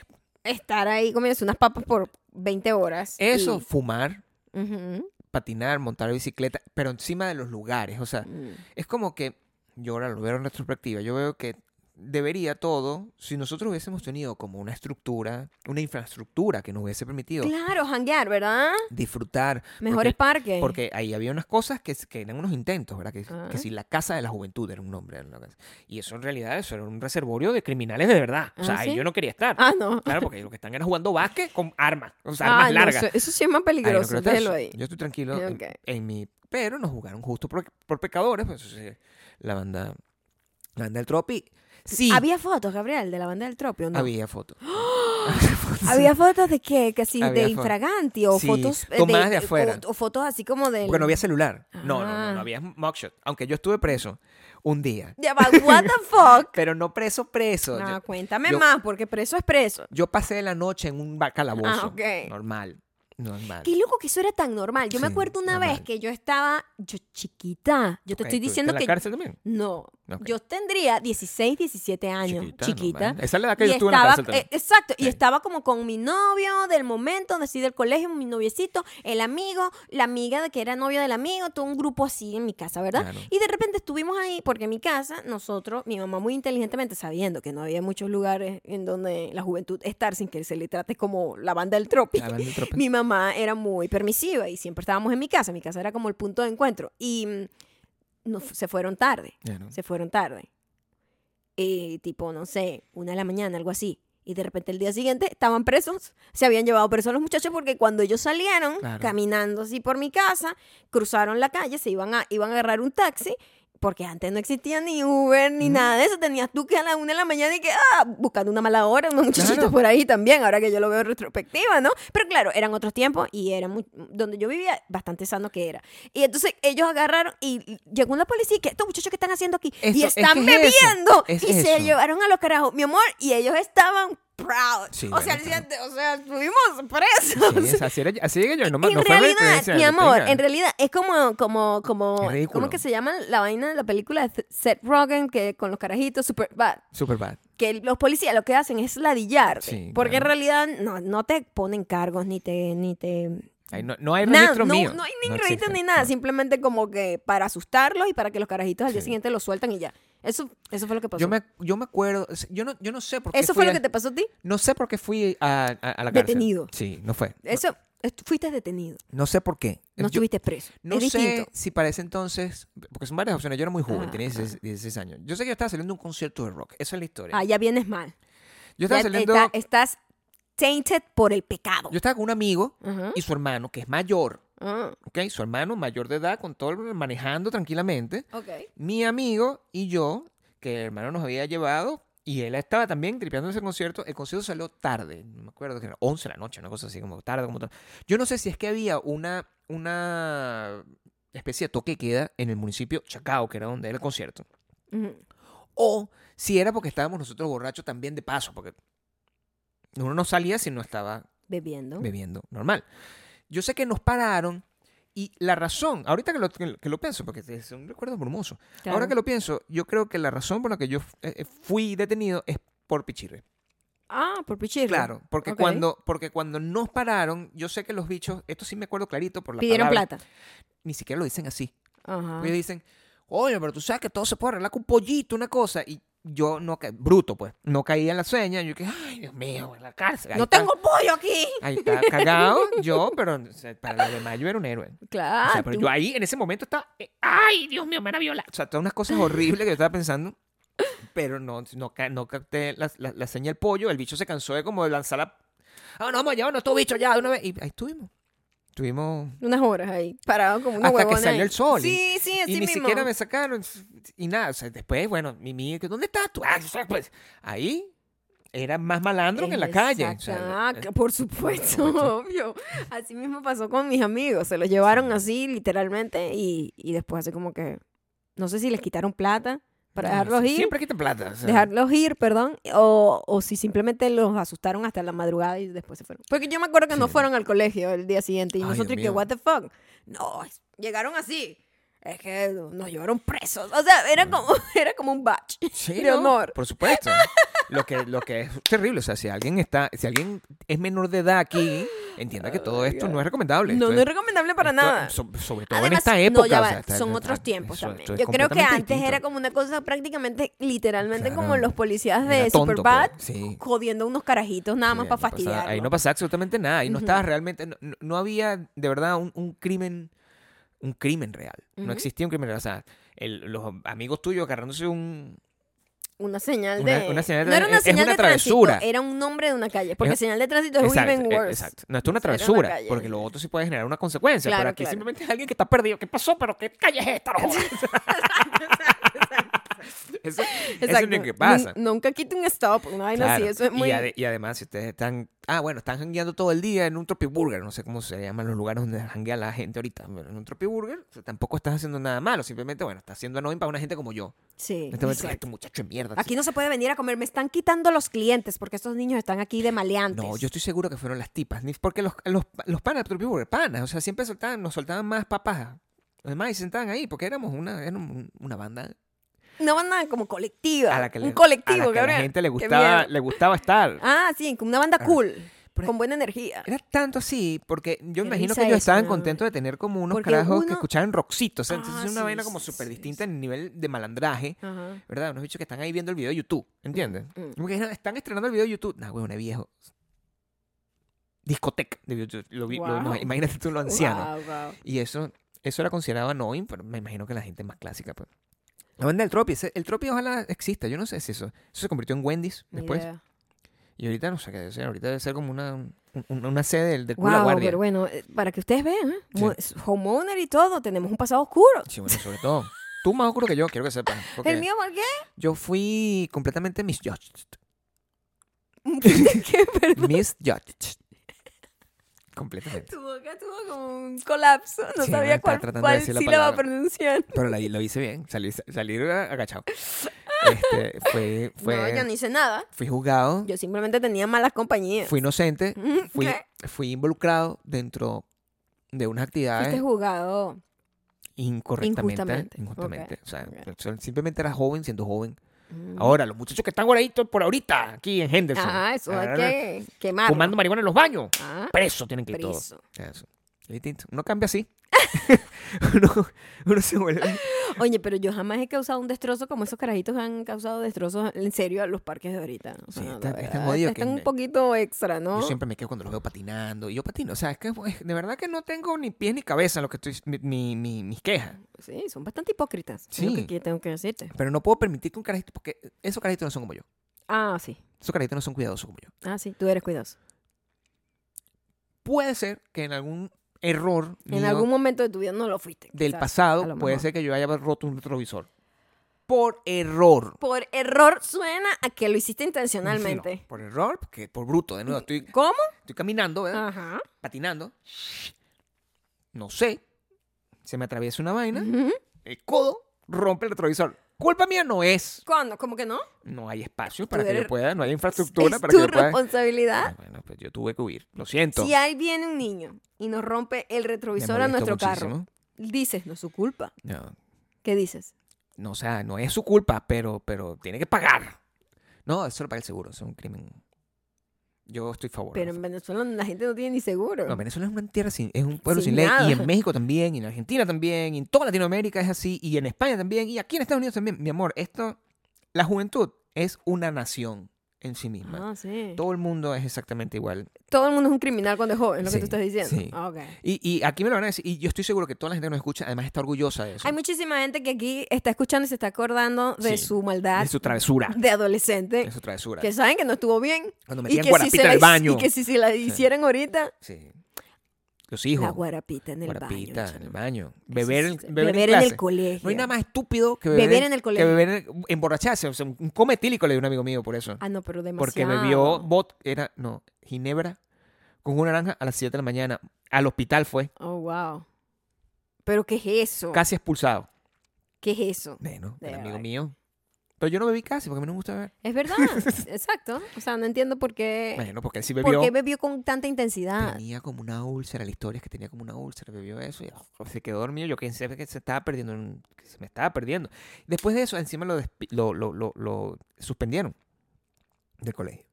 S1: estar ahí comiéndose unas papas por 20 horas. y-
S2: Eso, fumar,
S1: Ujú.
S2: patinar, montar bicicleta, pero encima de los lugares. O sea,
S1: Mm.
S2: Es como que, yo ahora lo veo en retrospectiva, yo veo que debería todo, si nosotros hubiésemos tenido como una estructura, una infraestructura que nos hubiese permitido
S1: Claro, janguear, ¿verdad?
S2: disfrutar.
S1: Mejores
S2: porque,
S1: parques.
S2: porque ahí había unas cosas que, s- que eran unos intentos, ¿verdad? Que,
S1: Ah.
S2: que si la Casa de la Juventud era un nombre. era una cosa. Y eso en realidad eso era un reservorio de criminales de verdad. O sea,
S1: Ah,
S2: ahí
S1: ¿sí?
S2: yo no quería estar.
S1: Ah, no.
S2: Claro, porque lo que están era jugando básquet con armas, o sea,
S1: Ah,
S2: armas
S1: no,
S2: largas.
S1: eso, eso sí es más
S2: Ay, no
S1: peligroso,
S2: creo que
S1: déjalo
S2: eso.
S1: ahí.
S2: Yo estoy tranquilo en-
S1: Ok.
S2: en, mi... Pero nos jugaron justo por, por pecadores. Pues, sí, la banda... La banda del Tropi. Sí. Había,
S1: Había fotos, Gabriel, de la banda del Tropio, ¿no?
S2: fotos.
S1: Había fotos de qué, casi
S2: Había
S1: de
S2: fo-
S1: infraganti o
S2: Sí,
S1: fotos eh,
S2: tomadas de afuera.
S1: O, o fotos así como de
S2: Porque no había celular. No, no, no,
S1: Ah.
S2: no había mugshot. Aunque yo estuve preso un día.
S1: Ya va, what the fuck.
S2: Pero no preso, preso.
S1: No,
S2: Yo,
S1: Ah, cuéntame
S2: yo-
S1: más, porque preso es preso.
S2: yo pasé la noche en un ba- calabozo.
S1: Ah, ok.
S2: Normal. Normal.
S1: Qué loco que eso era tan normal. Yo me
S2: Sí,
S1: acuerdo una vez
S2: normal.
S1: que yo estaba, yo chiquita, yo te
S2: Ok,
S1: estoy
S2: ¿estuviste
S1: diciendo
S2: en
S1: que
S2: la cárcel también?
S1: no,
S2: Ok.
S1: yo tendría 16, 17 años, chiquita.
S2: normal. Esa es la edad que
S1: y
S2: yo estuve en la
S1: estaba,
S2: cárcel también.
S1: eh, exacto, y
S2: Sí.
S1: estaba como con mi novio del momento, así del colegio, mi noviecito, el amigo, la amiga de que era novio del amigo, todo un grupo así en mi casa, ¿verdad?
S2: Claro.
S1: Y de repente estuvimos ahí, porque en mi casa, nosotros, mi mamá muy inteligentemente, sabiendo que no había muchos lugares en donde la juventud estar sin que se le trate como la banda del tropi.
S2: La banda del Tropi.
S1: Mi mamá era muy permisiva y siempre estábamos en mi casa, mi casa era como el punto de encuentro. Y mm, nos- se fueron tarde
S2: Claro.
S1: se fueron tarde. Eh, tipo, no sé, una de la mañana, algo así. Y de repente el día siguiente estaban presos, se habían llevado presos los muchachos porque cuando ellos salieron
S2: Claro.
S1: caminando así por mi casa, cruzaron la calle, se iban a, iban a agarrar un taxi, porque antes no existía ni Uber ni nada de eso, tenías tú que a la una de la mañana y que, ah, buscando una mala hora, unos muchachitos
S2: Claro.
S1: por ahí también, ahora que yo lo veo en retrospectiva, ¿no? Pero claro, eran otros tiempos y era muy- donde yo vivía, bastante sano que era. Y entonces ellos agarraron y llegó una policía y que estos muchachos que están haciendo aquí y
S2: Eso, es
S1: están
S2: que es eso,
S1: bebiendo
S2: es
S1: y se
S2: eso.
S1: llevaron a los carajos, mi amor, y ellos estaban proud.
S2: Sí,
S1: o,
S2: bueno,
S1: sea, el
S2: claro.
S1: siguiente- o sea, estuvimos presos.
S2: Sí, es- así, era- así llegué yo. No, me-
S1: En
S2: no fue una
S1: realidad,
S2: experiencia
S1: mi amor,
S2: distinta.
S1: en realidad es como, como, como,
S2: Es ridículo.
S1: ¿cómo que se llama la vaina de la película de Seth Rogen que con los carajitos super bad?
S2: Superbad.
S1: que los policías lo que hacen es ladillarte.
S2: Sí,
S1: porque
S2: claro.
S1: en realidad no, no te ponen cargos ni te... Ni te
S2: Ay, no, no hay
S1: nada,
S2: registro
S1: no,
S2: mío.
S1: no hay ni crédito
S2: existe,
S1: ni nada.
S2: no.
S1: Simplemente como que para asustarlos y para que los carajitos al día
S2: Sí.
S1: siguiente los sueltan y ya. Eso, eso fue lo que pasó.
S2: Yo me, yo me acuerdo, o sea, yo no, yo no sé por qué
S1: pues. ¿Eso
S2: fui
S1: fue lo
S2: a-
S1: que te pasó a ti?
S2: No sé por qué fui a, a- a la cárcel.
S1: Detenido.
S2: Sí, no fue.
S1: Eso, est- fuiste detenido.
S2: No sé por qué.
S1: No
S2: Yo-
S1: estuviste preso.
S2: no
S1: es
S2: sé
S1: distinto.
S2: si parece entonces, porque son varias opciones. Yo era muy joven,
S1: Ah.
S2: tenía 16, 16 años. Yo sé que yo estaba saliendo de un concierto de rock. Esa es la historia.
S1: Ah, ya vienes mal.
S2: yo estaba
S1: Ya
S2: saliendo...
S1: está- estás tainted por el pecado.
S2: Yo estaba con un amigo
S1: Ajá.
S2: y su hermano, que es mayor,
S1: Ah,
S2: ¿ok? Su hermano mayor de edad, con todo el- manejando tranquilamente.
S1: ok.
S2: Mi amigo y yo, que el hermano nos había llevado, y él estaba también tripeando ese concierto. El concierto salió tarde, no me acuerdo, que era 11 de la noche, una cosa así, como tarde, como tal. Yo no sé si es que había una, una especie de toque de queda en el municipio Chacao, que era donde era el concierto.
S1: Ujú.
S2: O si era porque estábamos nosotros borrachos también de paso, porque uno no salía si no estaba
S1: Bebiendo.
S2: bebiendo normal. Yo sé que nos pararon y la razón, ahorita que lo, que, lo pienso, porque es un recuerdo brumoso,
S1: Claro.
S2: ahora que lo pienso, yo creo que la razón por la que yo eh, eh, fui detenido es por pichirre.
S1: Ah, por pichirre.
S2: Claro, porque,
S1: Ok.
S2: cuando, porque cuando nos pararon, yo sé que los bichos, esto sí me acuerdo clarito por la
S1: Pidieron
S2: palabra,
S1: plata.
S2: ni siquiera lo dicen así.
S1: Ajá.
S2: Ellos dicen, oye, pero tú sabes que todo se puede arreglar con un pollito, una cosa, y yo no ca- bruto pues, no caía en la seña, yo que, ay, Dios mío, en la cárcel. ahí
S1: ¡No
S2: está".
S1: tengo pollo aquí!
S2: Ahí está cagado yo, pero o sea, para lo demás yo era un héroe.
S1: Claro.
S2: O sea, pero
S1: tú-
S2: yo ahí en ese momento estaba, eh, Ah, ay, Dios mío, me van a violar. O sea, todas unas cosas horribles que yo estaba pensando, pero no, no, ca- no capté la, la, la seña del pollo. El bicho se cansó de como de lanzar la... Ah, no, vamos a llevarnos estos bichos ya de una vez. Y ahí estuvimos. Estuvimos...
S1: Unas horas ahí, parado como una
S2: Hasta que
S1: huevona. ahí.
S2: salió el sol y-
S1: Sí, sí, así
S2: y ni
S1: mismo.
S2: siquiera me sacaron. Y nada, o sea, después, bueno, Mimi, que, ¿dónde estás tú? Ah, pues, ahí era más malandro que en la calle. O sea,
S1: Exacto. Ah,
S2: eh,
S1: que- por supuesto,
S2: por supuesto.
S1: obvio. Así mismo pasó con mis amigos. Se los llevaron así, literalmente, y, y después así como que... No sé si les quitaron plata para
S2: no,
S1: dejarlos
S2: mm, sí,
S1: ir.
S2: Siempre quitan plata. o sea.
S1: Dejarlos ir, perdón, o, o si simplemente los asustaron hasta la madrugada y después se fueron. Porque yo me acuerdo que no
S2: Sí.
S1: fueron al colegio el día siguiente y
S2: Ay,
S1: nosotros
S2: Dios
S1: y que,
S2: mío.
S1: what the fuck. No, es- llegaron así. Es que nos llevaron presos. O sea,
S2: Mm.
S1: era como, era como un batch
S2: Sí,
S1: de
S2: ¿no?
S1: honor.
S2: Por supuesto. Lo que, lo que es terrible, o sea, si alguien está, si alguien es menor de edad aquí, entienda que todo esto no es recomendable.
S1: No,
S2: Esto
S1: no es recomendable para
S2: esto-
S1: nada.
S2: so- sobre todo en
S1: Además,
S2: esta
S1: no,
S2: época.
S1: ya
S2: o
S1: va,
S2: sea, está-
S1: son
S2: está-
S1: otros tiempos
S2: eso-
S1: también.
S2: esto es
S1: Yo creo que
S2: completamente
S1: antes era
S2: distinto.
S1: como una cosa prácticamente, literalmente como
S2: Claro.
S1: los policías de
S2: Era tonto,
S1: Superbad
S2: pues, sí.
S1: jodiendo unos carajitos nada
S2: Sí,
S1: más
S2: ahí
S1: para
S2: Eh, no pasaba-
S1: fastidiar.
S2: Ahí no pasaba absolutamente nada. Ahí no estaba realmente. No, no- no había de verdad un, un crimen. Un crimen real.
S1: Ujú.
S2: No existía un crimen real. O sea, el- los amigos tuyos agarrándose un.
S1: Una señal de.
S2: Una- una señal de-
S1: no era una
S2: es- es
S1: señal
S2: una
S1: de tránsito,
S2: travesura.
S1: era un nombre de una calle. Porque
S2: Es-
S1: señal de tránsito es
S2: exacto,
S1: even
S2: eh,
S1: worse.
S2: exacto. No, esto es una
S1: Era una
S2: travesura.
S1: calle.
S2: porque lo otro sí puede generar una consecuencia.
S1: Claro,
S2: pero aquí
S1: claro.
S2: simplemente es alguien que está perdido. ¿Qué pasó? ¿Pero qué calle es esta? No jodas. eso, eso es
S1: Exacto.
S2: lo que pasa.
S1: Nun- nunca quita un stop, una vaina así.
S2: Claro.
S1: Eso es
S2: y,
S1: muy.
S2: ade- y además, si ustedes están. Ah, bueno, están jangueando todo el día en un Tropiburger. No sé cómo se llaman los lugares donde janguea la gente ahorita. Bueno, en un Tropiburger o sea, tampoco estás haciendo nada malo. Simplemente, bueno, estás haciendo annoying para una gente como yo.
S1: Sí.
S2: En este momento,
S1: exacto.
S2: este muchacho de mierda.
S1: Aquí no se puede venir a comer. Me están quitando los clientes porque estos niños están aquí de maleantes.
S2: No, yo estoy seguro que fueron las tipas. ni- Porque los, los, los panas de Tropiburger, panas. O sea, siempre soltaban, nos soltaban más papas. Además, y sentaban ahí porque éramos una, era un- una banda
S1: No van nada como colectiva.
S2: a la que, le-
S1: un
S2: a
S1: colectivo,
S2: la que a la
S1: Gabriel.
S2: gente le
S1: Qué
S2: gustaba,
S1: miedo.
S2: le gustaba estar.
S1: Ah, sí, como una banda
S2: Ajá.
S1: cool.
S2: Pero-
S1: Con buena energía.
S2: Era tanto así, porque yo
S1: Qué
S2: imagino
S1: risa
S2: que ellos
S1: eso,
S2: estaban
S1: ¿no?
S2: contentos de tener como unos
S1: Porque
S2: carajos que
S1: uno-
S2: escuchaban rockcito. O sea, entonces
S1: Ah,
S2: es una
S1: sí,
S2: vaina
S1: sí,
S2: como
S1: sí,
S2: súper
S1: sí,
S2: distinta en el nivel de malandraje,
S1: Ajá.
S2: ¿verdad? Unos bichos que están ahí viendo el video de YouTube, ¿entiendes?
S1: Mm, mm.
S2: Como que están estrenando el video de YouTube. Nah, huevón, es viejo. Discoteca de YouTube. Lo vi- lo-
S1: Wow.
S2: no, imagínate tú lo anciano.
S1: Guau, guau.
S2: Y eso, eso era considerado annoying, pero me imagino que la gente más clásica, pues. La banda del Tropi, ese- el Tropi ojalá exista, yo no sé si eso. Eso se convirtió en Wendy's
S1: Ni
S2: después.
S1: idea.
S2: Y ahorita no sé qué decir, ahorita debe ser como una, un- un- una sede del, del Club La
S1: Wow,
S2: Guardia.
S1: pero bueno, eh, para que ustedes vean, ¿eh?
S2: Sí.
S1: Mo- homeowner y todo, tenemos un pasado oscuro.
S2: Sí, bueno, sobre todo. Tú más oscuro que yo, quiero que sepas. porque
S1: ¿El mío por qué?
S2: Yo fui completamente misjudged.
S1: ¿Qué? Perdón.
S2: Misjudged. Completamente.
S1: Tu boca tuvo como un colapso. No
S2: Sí,
S1: sabía
S2: estaba
S1: cuál,
S2: tratando de
S1: cuál
S2: decir la
S1: sílaba
S2: palabra.
S1: pronunciar.
S2: Pero la- lo hice bien, salí, salí agachado. Este, fue, fue,
S1: No, yo no hice nada.
S2: fui juzgado,
S1: Yo simplemente tenía malas compañías.
S2: fui inocente,
S1: Mm,
S2: fui,
S1: ¿qué?
S2: fui involucrado dentro de unas
S1: Fuiste
S2: actividades
S1: juzgado.
S2: incorrectamente.
S1: Injustamente.
S2: Injustamente. O sea, yo simplemente era joven siendo joven.
S1: Mm.
S2: Ahora, los muchachos que están ahora ahí to- por ahorita, aquí en Henderson.
S1: Ah, eso hay
S2: ahora,
S1: que quemarlo.
S2: Fumando marihuana en los baños.
S1: Ah,
S2: Preso tienen que ir todos.
S1: preso.
S2: Eso. Es distinto. Uno cambia así. uno, uno se vuelve.
S1: Oye, pero yo jamás he causado un destrozo como esos carajitos han causado destrozos en serio a los parques de ahorita. O
S2: Sí,
S1: sea, la
S2: está-
S1: verdad,
S2: están jodidos que
S1: están un
S2: me-
S1: poquito extra, ¿no?
S2: Yo siempre me quedo cuando los veo patinando. Y yo patino. O sea, es que pues, de verdad que no tengo ni pies ni cabeza en lo que estoy. mi- mi- mi- mis quejas.
S1: Sí, son bastante hipócritas. Sí. Es lo que
S2: Sí.
S1: aquí tengo que decirte.
S2: Pero no puedo permitir que un carajito. Porque esos carajitos no son como yo.
S1: Ah, sí.
S2: Esos carajitos no son cuidadosos como yo.
S1: Ah, sí. Tú eres cuidadoso.
S2: puede ser que en algún error
S1: En
S2: mío
S1: algún momento de tu vida no lo fuiste.
S2: del
S1: quizás, a
S2: pasado
S1: lo
S2: puede
S1: mejor.
S2: ser que yo haya roto un retrovisor. Por error.
S1: Por error suena a que lo hiciste
S2: Sí, no,
S1: intencionalmente.
S2: por error, porque por bruto,
S1: Mm.
S2: de nuevo, estoy,
S1: ¿Cómo?
S2: estoy caminando, ¿verdad?
S1: Ajá.
S2: patinando. No sé. Se me atraviesa una vaina.
S1: Ujú.
S2: El codo rompe el retrovisor. Culpa mía no es.
S1: ¿Cuándo? ¿Cómo que no?
S2: No hay espacio para que
S1: eres-
S2: yo pueda, no hay infraestructura
S1: es
S2: para
S1: tu
S2: que yo pueda.
S1: responsabilidad.
S2: Ah, Bueno, pues yo tuve que huir. Lo siento.
S1: Si ahí viene un niño y nos rompe el
S2: Me
S1: retrovisor a
S2: molesto
S1: nuestro carro,
S2: muchísimo.
S1: dices, no es su culpa.
S2: No,
S1: ¿Qué dices?
S2: no, o sea, no es su culpa, pero, pero tiene que pagar. No, eso lo paga el seguro, es un crimen. Yo estoy favorable.
S1: Pero en Venezuela la gente no tiene ni seguro.
S2: No, Venezuela es una tierra sin, es un pueblo sin,
S1: Sin
S2: ley.
S1: nada.
S2: Y en México también, y en Argentina también, y en toda Latinoamérica es así, y en España también, y aquí en Estados Unidos también. Mi amor, esto, la juventud es una nación en sí misma.
S1: Ah, sí.
S2: Todo el mundo es exactamente igual.
S1: Todo el mundo es un criminal cuando es joven, es lo
S2: Sí,
S1: que tú estás diciendo.
S2: sí.
S1: Ah, ok.
S2: Y, y aquí me lo van a decir, y yo estoy seguro que toda la gente que nos escucha además está orgullosa de eso.
S1: Hay muchísima gente que aquí está escuchando y se está acordando de
S2: Sí,
S1: su maldad
S2: de su travesura.
S1: de adolescente,
S2: De su travesura.
S1: que saben que no estuvo bien.
S2: Cuando
S1: Y
S2: metían
S1: que, si
S2: guarapita
S1: se
S2: en
S1: la,
S2: el
S1: hi-
S2: baño.
S1: y que si se la hicieran ahorita,
S2: Sí. Los hijos.
S1: la guarapita en el
S2: guarapita
S1: baño.
S2: en
S1: chamo.
S2: el baño.
S1: Eso
S2: Beber,
S1: es-
S2: beber, en,
S1: en,
S2: clase.
S1: el colegio.
S2: No hay nada más estúpido que beber,
S1: Beber en el
S2: Que
S1: colegio.
S2: beber, en- emborracharse. O sea, un coma etílico le dio un amigo mío por eso.
S1: Ah, no, pero demasiado.
S2: Porque bebió bot, era, no, ginebra con una naranja a las 7 de la mañana. Al hospital fue,
S1: Oh, wow. ¿Pero qué es eso?
S2: casi expulsado.
S1: ¿Qué es eso?
S2: Bueno, el
S1: Oh. De
S2: amigo
S1: verdad.
S2: mío. Pero yo no bebí casi porque a mí no me gusta beber.
S1: Es verdad, exacto. O sea, no entiendo por qué,
S2: Bueno, porque él sí
S1: por
S2: bebió.
S1: qué bebió con tanta intensidad.
S2: Tenía como una úlcera, la historia es que tenía como una úlcera, bebió eso y ah, se quedó dormido. Yo pensé que se estaba perdiendo, un- que se me estaba perdiendo. Después de eso, encima lo, despi- lo, lo, lo, lo suspendieron del colegio.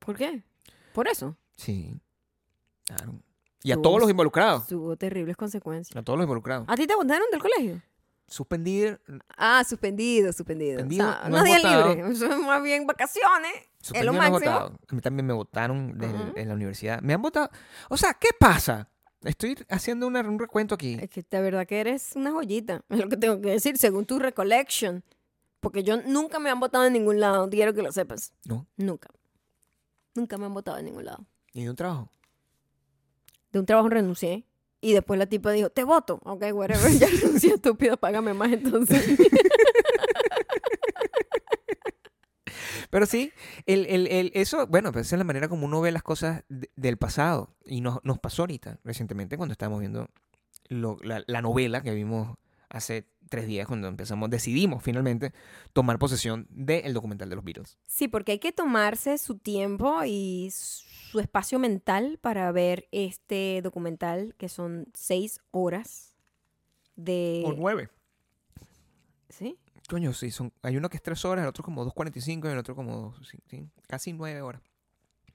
S1: ¿Por qué? Por eso.
S2: Sí. Claro. Y a
S1: Tuvo
S2: todos los
S1: su-
S2: involucrados.
S1: Tuvo terribles consecuencias.
S2: A todos los involucrados.
S1: ¿A ti te botaron del colegio?
S2: Suspendir.
S1: Ah, suspendido, suspendido.
S2: Suspendido,
S1: O sea,
S2: no
S1: unos días
S2: votado.
S1: libres. Eso es Más bien vacaciones.
S2: suspendido
S1: lo
S2: no es
S1: máximo.
S2: votado. A mí también me votaron del-
S1: Ujú.
S2: en la universidad. Me han votado. O sea, ¿qué pasa? Estoy haciendo una- un recuento aquí.
S1: Es que de verdad que eres una joyita. Es lo que tengo que decir, según tu recollection. Porque yo nunca me han votado en ningún lado. Quiero que lo sepas.
S2: ¿No?
S1: Nunca. Nunca me han votado en ningún lado.
S2: Y de un trabajo.
S1: De un trabajo renuncié. Y después la tipa dijo, te voto. Ok, whatever. Ya renuncié, estúpida. Págame más entonces.
S2: Pero sí, el, el- el- eso, bueno, pues esa es la manera como uno ve las cosas de- del pasado. Y nos, nos pasó ahorita, recientemente, cuando estábamos viendo lo- la, la novela que vimos hace tres días, cuando empezamos, decidimos finalmente tomar posesión del documental de los Beatles.
S1: Sí, porque hay que tomarse su tiempo y su espacio mental para ver este documental, que son seis horas de...
S2: nueve.
S1: ¿Sí?
S2: Coño, sí, son, hay uno que es tres horas, el otro como 2.45 y el otro como sí, sí, casi nueve horas.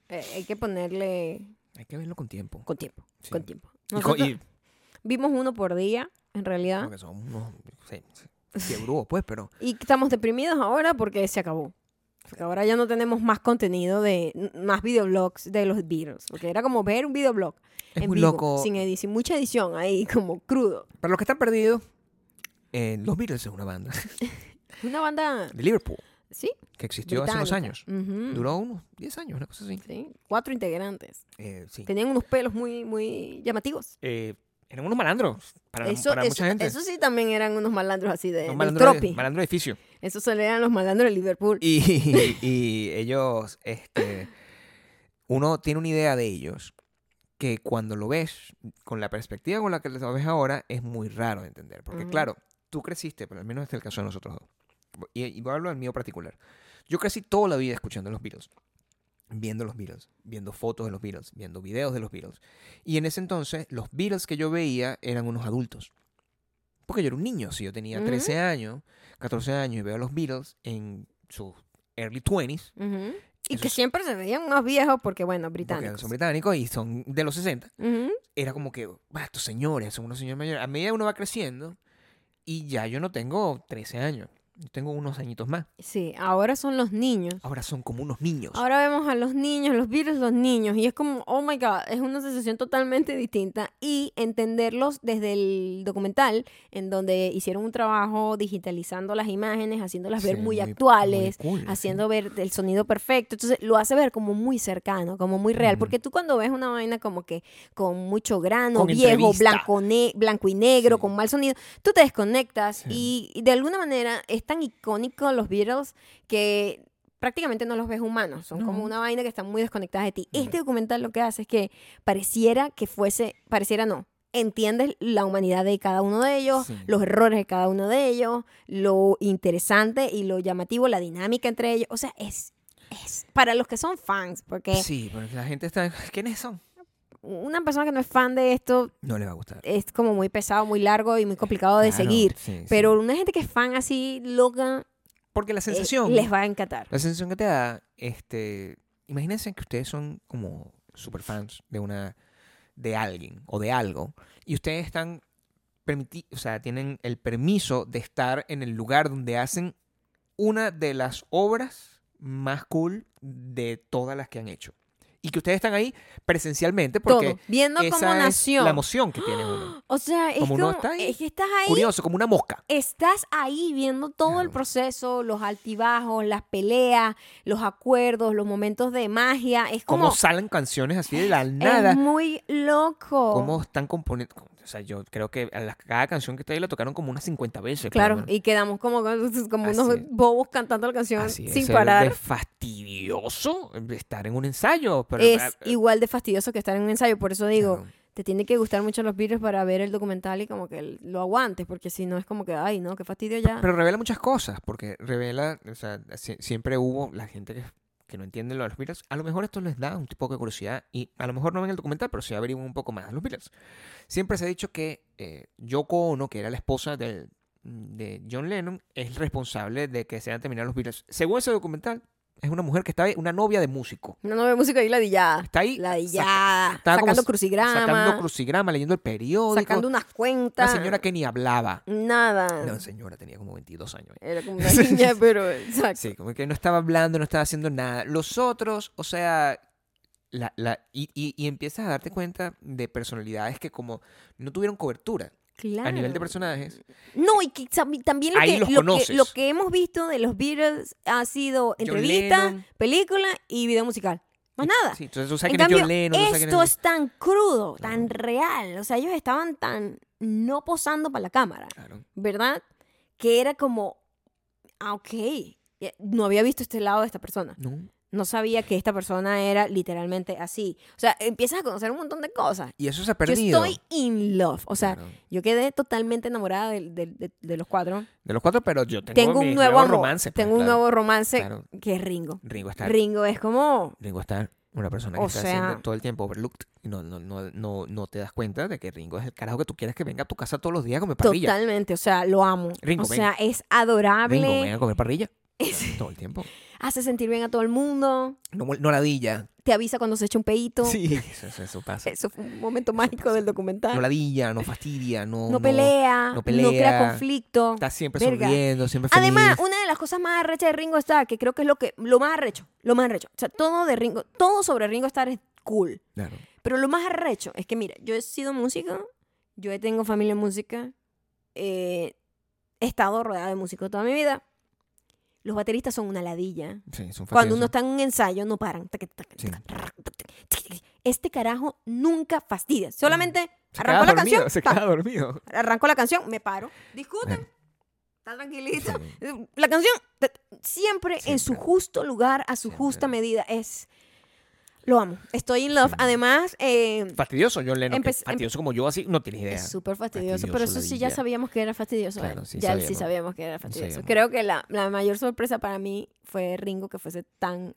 S1: Eh, hay que ponerle
S2: Hay que verlo con tiempo.
S1: con tiempo,
S2: Sí.
S1: con tiempo.
S2: Y co-
S1: Nosotros ¿ah?
S2: y-
S1: vimos uno por día, en realidad,
S2: porque son unos sí, sí, fiebrudos, pues, pero
S1: y estamos deprimidos ahora porque se acabó. Porque Ahora ya no tenemos más contenido de n- más videoblogs de los Beatles, porque era como ver un videoblog
S2: es
S1: en
S2: muy
S1: vivo,
S2: loco.
S1: sin edición, mucha edición ahí como crudo.
S2: Para los que están perdidos, eh, los Beatles es una banda
S1: Una banda,
S2: de Liverpool
S1: sí,
S2: que existió hace unos
S1: Británica. Mm.
S2: años.
S1: Ujú.
S2: Duró unos 10 años, una cosa así.
S1: Sí, cuatro integrantes.
S2: Eh, sí.
S1: Tenían unos pelos muy, muy llamativos.
S2: Eh, eran unos malandros para,
S1: eso,
S2: para
S1: eso-
S2: mucha gente.
S1: eso sí también eran unos malandros así de,
S2: Unos
S1: del
S2: malandros,
S1: tropi.
S2: de, malandros de edificio.
S1: Eso se le eran los malandros de Liverpool.
S2: Y, y ellos, este, uno tiene una idea de ellos que cuando lo ves, con la perspectiva con la que lo ves ahora, es muy raro de entender. Porque
S1: Ujú.
S2: claro, tú creciste, pero al menos este es el caso de nosotros dos. Y, y voy a hablar del mío particular. Yo crecí toda la vida escuchando los Beatles, viendo los Beatles, viendo fotos de los Beatles, viendo videos de los Beatles. Y en ese entonces, los Beatles que yo veía eran unos adultos. Porque yo era un niño, si yo tenía
S1: Ujú.
S2: 13 años, 14 años y veo a los Beatles en sus early 20s,
S1: Ujú. Y
S2: Eso
S1: que
S2: es-
S1: siempre se veían más viejos porque, bueno,
S2: porque
S1: británicos.
S2: son británicos y son de los 60,
S1: Ujú.
S2: era como que, "Ah, estos señores, son unos señores mayores. A medida que uno va creciendo y ya yo no tengo 13 años. Yo tengo unos añitos más.
S1: Sí, ahora son los niños.
S2: Ahora son como unos niños.
S1: Ahora vemos a los niños, los virus, los niños, y es como, oh my god, es una sensación totalmente distinta. Y entenderlos desde el documental, en donde hicieron un trabajo digitalizando las imágenes, haciéndolas ver
S2: Sí,
S1: muy,
S2: muy-
S1: actuales,
S2: muy cool,
S1: haciendo ver el sonido perfecto. Entonces lo hace ver como muy cercano, como muy real.
S2: Ujú.
S1: Porque tú cuando ves una vaina como que con mucho grano,
S2: Con
S1: viejo,
S2: entrevista.
S1: blanco, ne- blanco y negro,
S2: Sí.
S1: con mal sonido, tú te desconectas.
S2: Sí.
S1: Y, y de alguna manera es tan icónico los Beatles que prácticamente no los ves humanos, son como
S2: No.
S1: una vaina que están muy desconectadas de ti.
S2: Ujú.
S1: Este documental lo que hace es que pareciera que fuese, pareciera no, entiendes la humanidad de cada uno de ellos,
S2: Sí.
S1: los errores de cada uno de ellos, lo interesante y lo llamativo, la dinámica entre ellos, o sea, es, es para los que son fans, porque
S2: Sí, pero la gente está. ¿Quiénes son?
S1: una persona que no es fan de esto
S2: No le va a gustar.
S1: es como muy pesado, muy largo y muy complicado de
S2: Claro,
S1: seguir.
S2: sí, sí.
S1: Pero una gente que es fan así loca
S2: Porque la
S1: eh,
S2: sensación.
S1: les va a encantar.
S2: La sensación que te da, este, imagínense que ustedes son como superfans de una de alguien o de algo y ustedes están permiti o sea, tienen el permiso de estar en el lugar donde hacen una de las obras más cool de todas las que han hecho. Y que ustedes están ahí presencialmente porque
S1: Todo. Viendo
S2: esa
S1: cómo
S2: es
S1: nació.
S2: la emoción que tiene uno.
S1: O sea, es
S2: Como
S1: como,
S2: uno está ahí,
S1: es que estás ahí,
S2: Curioso, como una mosca.
S1: estás ahí viendo todo el
S2: Claro.
S1: proceso, los altibajos, las peleas, los acuerdos, los momentos de magia. Es
S2: Como,
S1: como
S2: salen canciones así de la
S1: es
S2: nada.
S1: muy loco.
S2: cómo están componiendo. O sea, yo creo que a la- cada canción que está ahí la tocaron como unas 50 veces. por lo
S1: Claro,
S2: menos.
S1: y quedamos como, como unos
S2: Así es.
S1: bobos cantando la canción
S2: Así es,
S1: sin
S2: es
S1: parar.
S2: de fastidioso estar en un ensayo. Pero,
S1: es
S2: ah, eh, ah,
S1: igual de fastidioso que estar en un ensayo, por eso digo,
S2: claro.
S1: te tiene que gustar mucho los Beatles para ver el documental y como que lo aguantes, porque si no es como que, ay, no, qué fastidio ya.
S2: Pero revela muchas cosas, porque revela, o sea, si- siempre hubo la gente que, que no entiende lo de los Beatles. A lo mejor esto les da un tipo de curiosidad y a lo mejor no ven el documental, pero sí averiguan un poco más de los Beatles. Siempre se ha dicho que eh, Yoko Ono, que era la esposa del- de John Lennon, es responsable de que se hayan terminado los Beatles. Según ese documental, es una mujer que está ahí, una novia de músico.
S1: No, no veo música ahí ladillada.
S2: Está ahí saca-
S1: Ladillada.
S2: estaba como
S1: sacando
S2: sa-
S1: crucigrama.
S2: sacando crucigrama, leyendo el periódico.
S1: sacando ah. unas
S2: una
S1: cuentas.
S2: señora que ni hablaba.
S1: Nada.
S2: No, señora, tenía como 22 años.
S1: Era como una niña, pero. Exacto.
S2: Sí, como que no estaba hablando, no estaba haciendo nada. Los otros, o sea, la, la, y, y- y empiezas a darte cuenta de personalidades que como no tuvieron cobertura
S1: Claro.
S2: a nivel de personajes.
S1: No, y que sab- también lo
S2: Ahí
S1: que, lo,
S2: los
S1: que,
S2: conoces.
S1: lo que hemos visto de los Beatles ha sido
S2: John
S1: entrevista,
S2: Lennon.
S1: película y video musical. Más
S2: Y-
S1: nada.
S2: Sí, entonces tú sabes
S1: en
S2: quién es
S1: cambio,
S2: John Lennon, tú sabes quién
S1: esto es tan crudo, tan real. O sea, ellos estaban tan no posando para la cámara.
S2: Claro.
S1: ¿verdad? Que era como, ah, ok, eh, no había visto este lado de esta persona.
S2: No.
S1: No sabía que esta persona era literalmente así. O sea, empiezas a conocer un montón de cosas.
S2: Y eso se ha perdido.
S1: Yo estoy in love. O sea,
S2: Claro.
S1: yo quedé totalmente enamorada de, de- de- de los cuatro.
S2: De los cuatro, pero yo tengo,
S1: Tengo,
S2: mi
S1: un nuevo amor.
S2: romance. pues,
S1: tengo un
S2: claro.
S1: nuevo romance
S2: Claro.
S1: que es Ringo.
S2: Ringo está
S1: Ringo es como,
S2: Ringo está una persona que
S1: O
S2: está
S1: sea-
S2: haciendo todo el tiempo overlooked y no, no, no, no, no te das cuenta de que Ringo es el carajo que tú quieres que venga a tu casa todos los días a comer parrilla.
S1: totalmente, o sea, lo amo.
S2: Ringo,
S1: o sea, es adorable,
S2: Ringo, venga a comer parrilla. Todo el tiempo.
S1: hace sentir bien a todo el mundo,
S2: No, mol- no ladilla.
S1: te avisa cuando se echa un peito.
S2: Sí, eso, eso- eso pasa.
S1: Eso fue un momento mágico del documental.
S2: No ladilla, no fastidia, no...
S1: no, pelea,
S2: no
S1: no crea
S2: pelea.
S1: conflicto.
S2: Está siempre
S1: Verga.
S2: sonriendo, siempre feliz.
S1: Además, una de las cosas más arrechas de Ringo Starr, que creo que es lo que lo más arrecho, lo más arrecho. O sea, todo de Ringo, todo sobre Ringo Starr es cool,
S2: Claro.
S1: pero lo más arrecho es que mira, yo he sido músico, yo tengo familia en música, eh, he estado rodeada de músicos toda mi vida. Los bateristas son una ladilla.
S2: Sí, son
S1: Cuando
S2: fastidiosos.
S1: uno está en un ensayo, no paran. Tac, tac, tac,
S2: Sí.
S1: tac, tac, tac. Este carajo nunca fastidia. Solamente
S2: Mm. Se queda
S1: arrancó la
S2: dormido,
S1: canción.
S2: Se
S1: pa,
S2: queda dormido.
S1: arranco la canción, me paro, discuten,
S2: Bueno.
S1: está tranquilito.
S2: Sí.
S1: La canción t- siempre, en su
S2: Siempre.
S1: justo lugar, a su
S2: Siempre.
S1: justa medida, es... Lo amo, estoy in love.
S2: Sí.
S1: Además, eh,
S2: Fastidioso, John Lennon. que
S1: Empecé- em-
S2: fastidioso como yo, así, no tienes idea.
S1: es súper fastidioso, pero eso
S2: Fastidioso,
S1: sí ya
S2: ladilla.
S1: sabíamos que era fastidioso.
S2: Claro,
S1: ¿eh?
S2: sí
S1: ya sí
S2: sabíamos.
S1: sabíamos que era fastidioso.
S2: sabíamos.
S1: Creo que la, la mayor sorpresa para mí fue Ringo que fuese tan...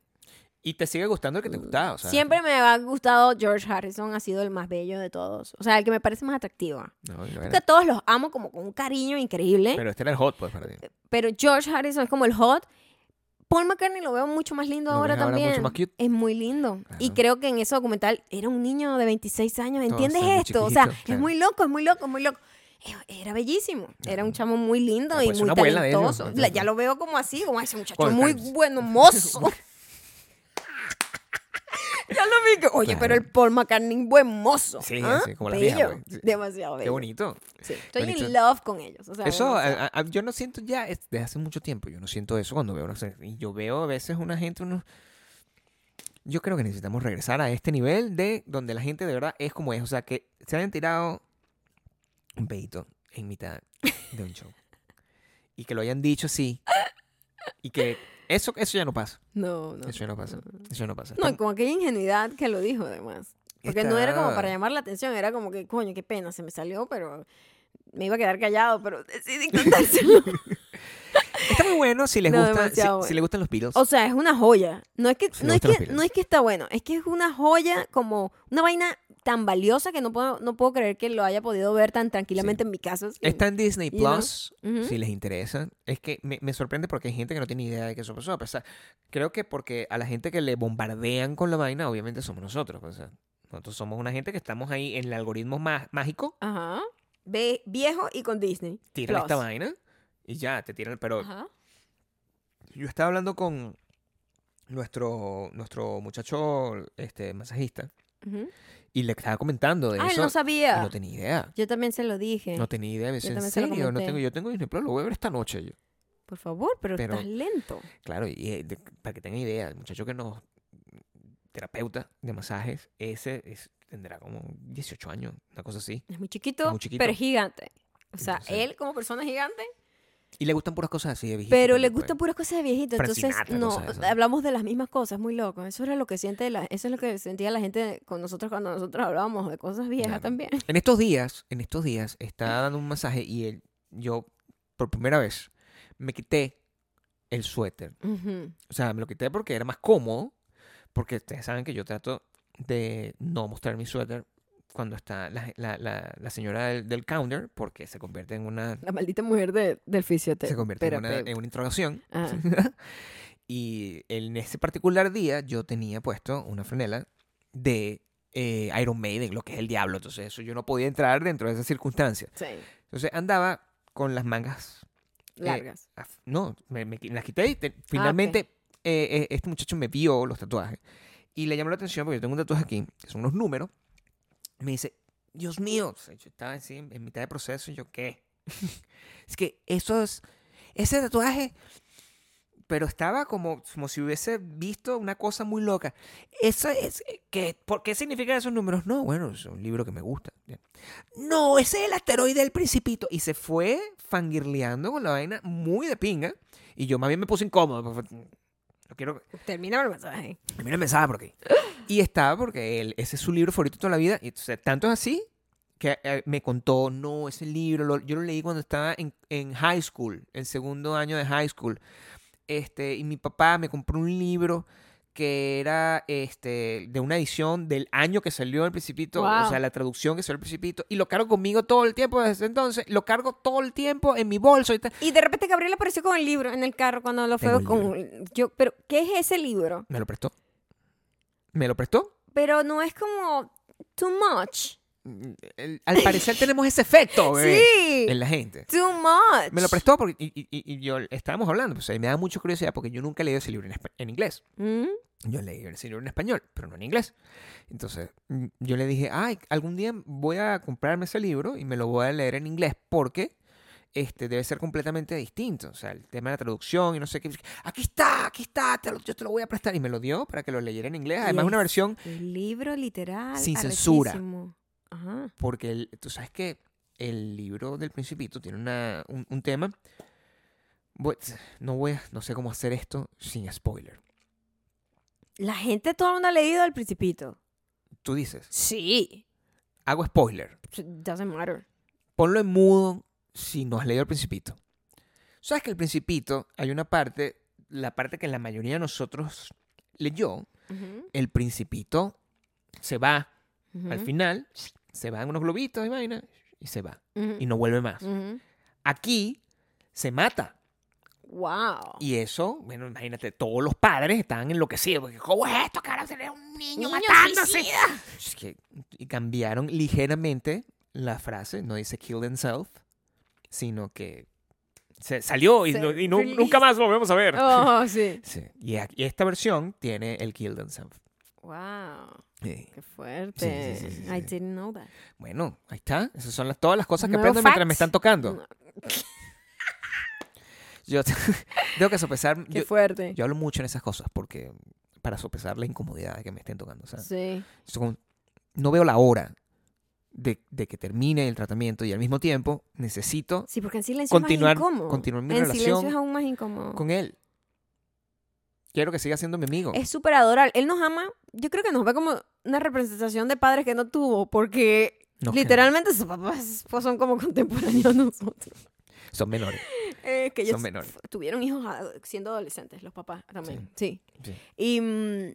S2: Y te sigue gustando el que te gustaba. O sea,
S1: Uh, Siempre me ha gustado George Harrison, ha sido el más bello de todos. O sea, el que me parece más atractivo.
S2: No, yo era-
S1: Creo Que a todos los amo como con un cariño increíble.
S2: Pero este era el hot, pues, para ti.
S1: pero George Harrison es como el hot. Paul McCartney lo veo mucho más lindo
S2: Lo
S1: ahora
S2: ves ahora
S1: también.
S2: mucho más cute.
S1: Es muy lindo. Y
S2: Claro.
S1: creo que en ese documental era un niño de 26 años.
S2: Todo
S1: ¿Entiendes
S2: está muy
S1: esto? O sea,
S2: chiquitito,
S1: es
S2: claro.
S1: muy loco, es muy loco, es muy loco. Era bellísimo. Era un chamo muy lindo
S2: Ah,
S1: y
S2: pues,
S1: muy
S2: una abuela de ellos,
S1: talentoso.
S2: ¿no? pues.
S1: La- ya lo veo como así, como ese muchacho
S2: Con el
S1: muy
S2: cambio.
S1: bueno, mozo. ya lo vi que, oye,
S2: Claro.
S1: pero el Paul McCartney, buen mozo.
S2: Sí,
S1: ¿ah?
S2: así como las
S1: Bello,
S2: viejas, güey. Sí.
S1: Demasiado bello.
S2: Qué bonito.
S1: Sí, Estoy
S2: Bonito.
S1: in love con ellos. o sea,
S2: Eso, eh,
S1: demasiado.
S2: a- a- yo no siento ya, es- desde hace mucho tiempo, yo no siento eso cuando veo una serie. Y yo veo a veces una gente, unos... Yo creo que necesitamos regresar a este nivel de donde la gente de verdad es como es. O sea, que se hayan tirado un pedito en mitad de un show. y que lo hayan dicho así. Y que eso, eso ya no pasa.
S1: No, no.
S2: Eso ya no pasa. Eso ya no pasa.
S1: No, y
S2: Estamos-
S1: con aquella ingenuidad que lo dijo, además. Porque no era como
S2: está-
S1: para llamar la atención, era como que, coño, qué pena, se me salió, pero me iba a quedar callado, pero decidí contárselo.
S2: Está muy bueno si les,
S1: No,
S2: gusta, si,
S1: demasiado
S2: si
S1: bueno.
S2: les gustan los Beatles.
S1: O sea, es una joya. No es que,
S2: Sí, me
S1: no es
S2: gustan los
S1: que,
S2: Beatles.
S1: no es que está bueno, es que es una joya como una vaina tan valiosa que no puedo, no puedo creer que lo haya podido ver tan tranquilamente en mi casa. sin-
S2: Está en Disney
S1: you know.
S2: Plus,
S1: Ujú.
S2: si les interesa. Es que me, me sorprende porque hay gente que no tiene idea de que eso pasó. A pesar, creo que porque a la gente que le bombardean con la vaina, obviamente somos nosotros. pues, o sea, nosotros somos una gente que estamos ahí en el algoritmo má- mágico,
S1: Ajá. Ve- viejo y con Disney.
S2: tiran
S1: Plus.
S2: esta vaina y ya, te tiran. Pero
S1: Ajá.
S2: yo estaba hablando con nuestro, nuestro muchacho este, masajista
S1: Ujú.
S2: y le estaba comentando de
S1: Ah, él
S2: Pues eso.
S1: no sabía.
S2: y no tenía idea.
S1: Yo también se lo dije.
S2: No tenía idea. Me dice, ¿en
S1: también se lo
S2: serio? No
S1: comenté.
S2: tengo, yo tengo Disney Plus, lo voy a ver esta noche. Yo,
S1: Por favor, pero,
S2: Pero-
S1: estás lento.
S2: Claro, y eh, de- para que tengan idea, el muchacho que nos terapeuta de masajes, ese es- tendrá como 18 años, una cosa así.
S1: Es muy chiquito,
S2: muy chiquito.
S1: pero es gigante. O sea,
S2: Entonces-
S1: él como persona es gigante,
S2: Y le gustan puras cosas así de viejito
S1: pero le
S2: también,
S1: gustan
S2: pues.
S1: puras cosas de viejito.
S2: Frank
S1: Entonces,
S2: Sinatra,
S1: no,
S2: cosas de esas.
S1: hablamos de las mismas cosas, muy loco. Eso era lo que siente la, eso es lo que sentía la gente con nosotros cuando nosotros hablábamos de cosas viejas
S2: Claro.
S1: también.
S2: En estos días, en estos días, está dando un masaje y él, yo, por primera vez, me quité el suéter.
S1: Ujú.
S2: O sea, me lo quité porque era más cómodo, porque ustedes saben que yo trato de no mostrar mi suéter cuando está la, la- la- la señora del- del counter, porque se convierte en una
S1: La maldita mujer de, del Ah, fisioterapeuta.
S2: se convierte en una, en una interrogación.
S1: Ajá.
S2: y en ese particular día yo tenía puesto una franela de eh, Iron Maiden, lo que es el diablo. Entonces eso yo no podía entrar dentro de esa circunstancia.
S1: Sí,
S2: Entonces andaba con las mangas.
S1: largas.
S2: af- No, me, me qui- las quité y te- finalmente eh, eh, este muchacho me vio los tatuajes. Y le llamó la atención porque yo tengo un tatuaje aquí, que son unos números. Me dice, Dios mío, O sea, yo estaba así en en mitad de proceso y yo, ¿qué? es que eso es, ese tatuaje, pero estaba como, como si hubiese visto una cosa muy loca. Eso es, que, ¿Por qué significan esos números? No, bueno, es un libro que me gusta. Ya. No, ese es el asteroide del principito. Y se fue fangirleando con la vaina muy de pinga. Y yo más bien me puse incómodo. porque fue, No quiero,
S1: Termina el mensaje.
S2: Mira el mensaje por aquí. Y estaba porque él, ese es su libro favorito de toda la vida. Y entonces, tanto es así que eh, me contó, no, ese libro, lo- yo lo leí cuando estaba en, en high school, en segundo año de high school. Este, y mi papá me compró un libro que era este, de una edición del año que salió El Principito, o
S1: Wow.
S2: sea, la traducción que salió El Principito, y lo cargo conmigo todo el tiempo desde entonces, lo cargo todo el tiempo en mi bolso y tal.
S1: Y de repente Gabriel apareció con el libro en el carro cuando lo
S2: Tengo
S1: fue con yo, pero ¿qué es ese libro?
S2: Me lo prestó. ¿Me lo prestó?
S1: Pero no es como too much.
S2: Mm, el- al parecer tenemos ese efecto, bebé,
S1: Sí.
S2: en la gente.
S1: Too much.
S2: Me lo prestó porque, y, y- y- y yo estábamos hablando, pues ahí me da mucha curiosidad porque yo nunca he leído ese libro en, espa- en inglés.
S1: Mm,
S2: Yo leí ese libro en español, pero no en inglés. Entonces mm, yo le dije, ay, algún día voy a comprarme ese libro y me lo voy a leer en inglés porque este, debe ser completamente distinto. O sea, el tema de la traducción y no sé qué. Aquí está, aquí está, te lo- yo te lo voy a prestar. Y me lo dio para que lo leyera en inglés. Además,
S1: Yes.
S2: una versión
S1: El libro literal.
S2: Sin censura.
S1: arrechísimo. Ajá.
S2: Porque el- tú sabes que el libro del Principito tiene una- un, un tema. Voy- no voy a- no sé cómo hacer esto sin spoiler.
S1: La gente todo el mundo ha leído El Principito.
S2: Tú dices,
S1: Sí.
S2: hago spoiler.
S1: Doesn't matter.
S2: Ponlo en mudo si no has leído el Principito. Sabes que el Principito hay una parte, la parte que la mayoría de nosotros leyó.
S1: Ujú,
S2: El Principito se va
S1: ujú,
S2: al final, se va en unos globitos y vaina y se va
S1: ujú,
S2: y no vuelve más.
S1: ujú.
S2: Aquí se mata.
S1: Wow.
S2: Y eso, bueno, imagínate, todos los padres estaban enloquecidos. Porque, ¿cómo es esto? Que ahora se ve un
S1: Niño
S2: niño, matándose.
S1: suicida.
S2: Es que- y cambiaron ligeramente la frase, no dice kill themselves, sino que se salió y,
S1: Se
S2: no- y nu-
S1: release.
S2: nunca más lo volvemos a ver.
S1: Oh, sí.
S2: Sí. Y, a- y esta versión tiene el kill themselves.
S1: Wow.
S2: Sí.
S1: Qué fuerte.
S2: sí, sí, sí,
S1: I
S2: sí.
S1: didn't know that.
S2: Bueno, ahí está. Esas son las, todas las cosas que
S1: Nuevos
S2: aprendo mientras me
S1: facts.
S2: están tocando. Yo tengo que sopesar.
S1: Qué
S2: Yo,
S1: fuerte.
S2: yo hablo mucho en esas cosas porque para sopesar la incomodidad de que me estén tocando. o sea,
S1: sí.
S2: es como- no veo la hora de, de que termine el tratamiento y al mismo tiempo necesito
S1: Sí, porque en silencio
S2: continuar,
S1: es más incómodo.
S2: continuar mi
S1: en silencio
S2: relación
S1: es aún más incómodo.
S2: con él. Quiero que siga siendo mi amigo.
S1: Es súper adorable. Él nos ama. Yo creo que nos ve como una representación de padres que no tuvo, porque
S2: No, que
S1: literalmente sus papás pues, son como contemporáneos a nosotros.
S2: Son menores.
S1: Eh, que ellos
S2: Son menores.
S1: f- tuvieron hijos a- siendo adolescentes, los papás también. Sí.
S2: Sí.
S1: Y, mm,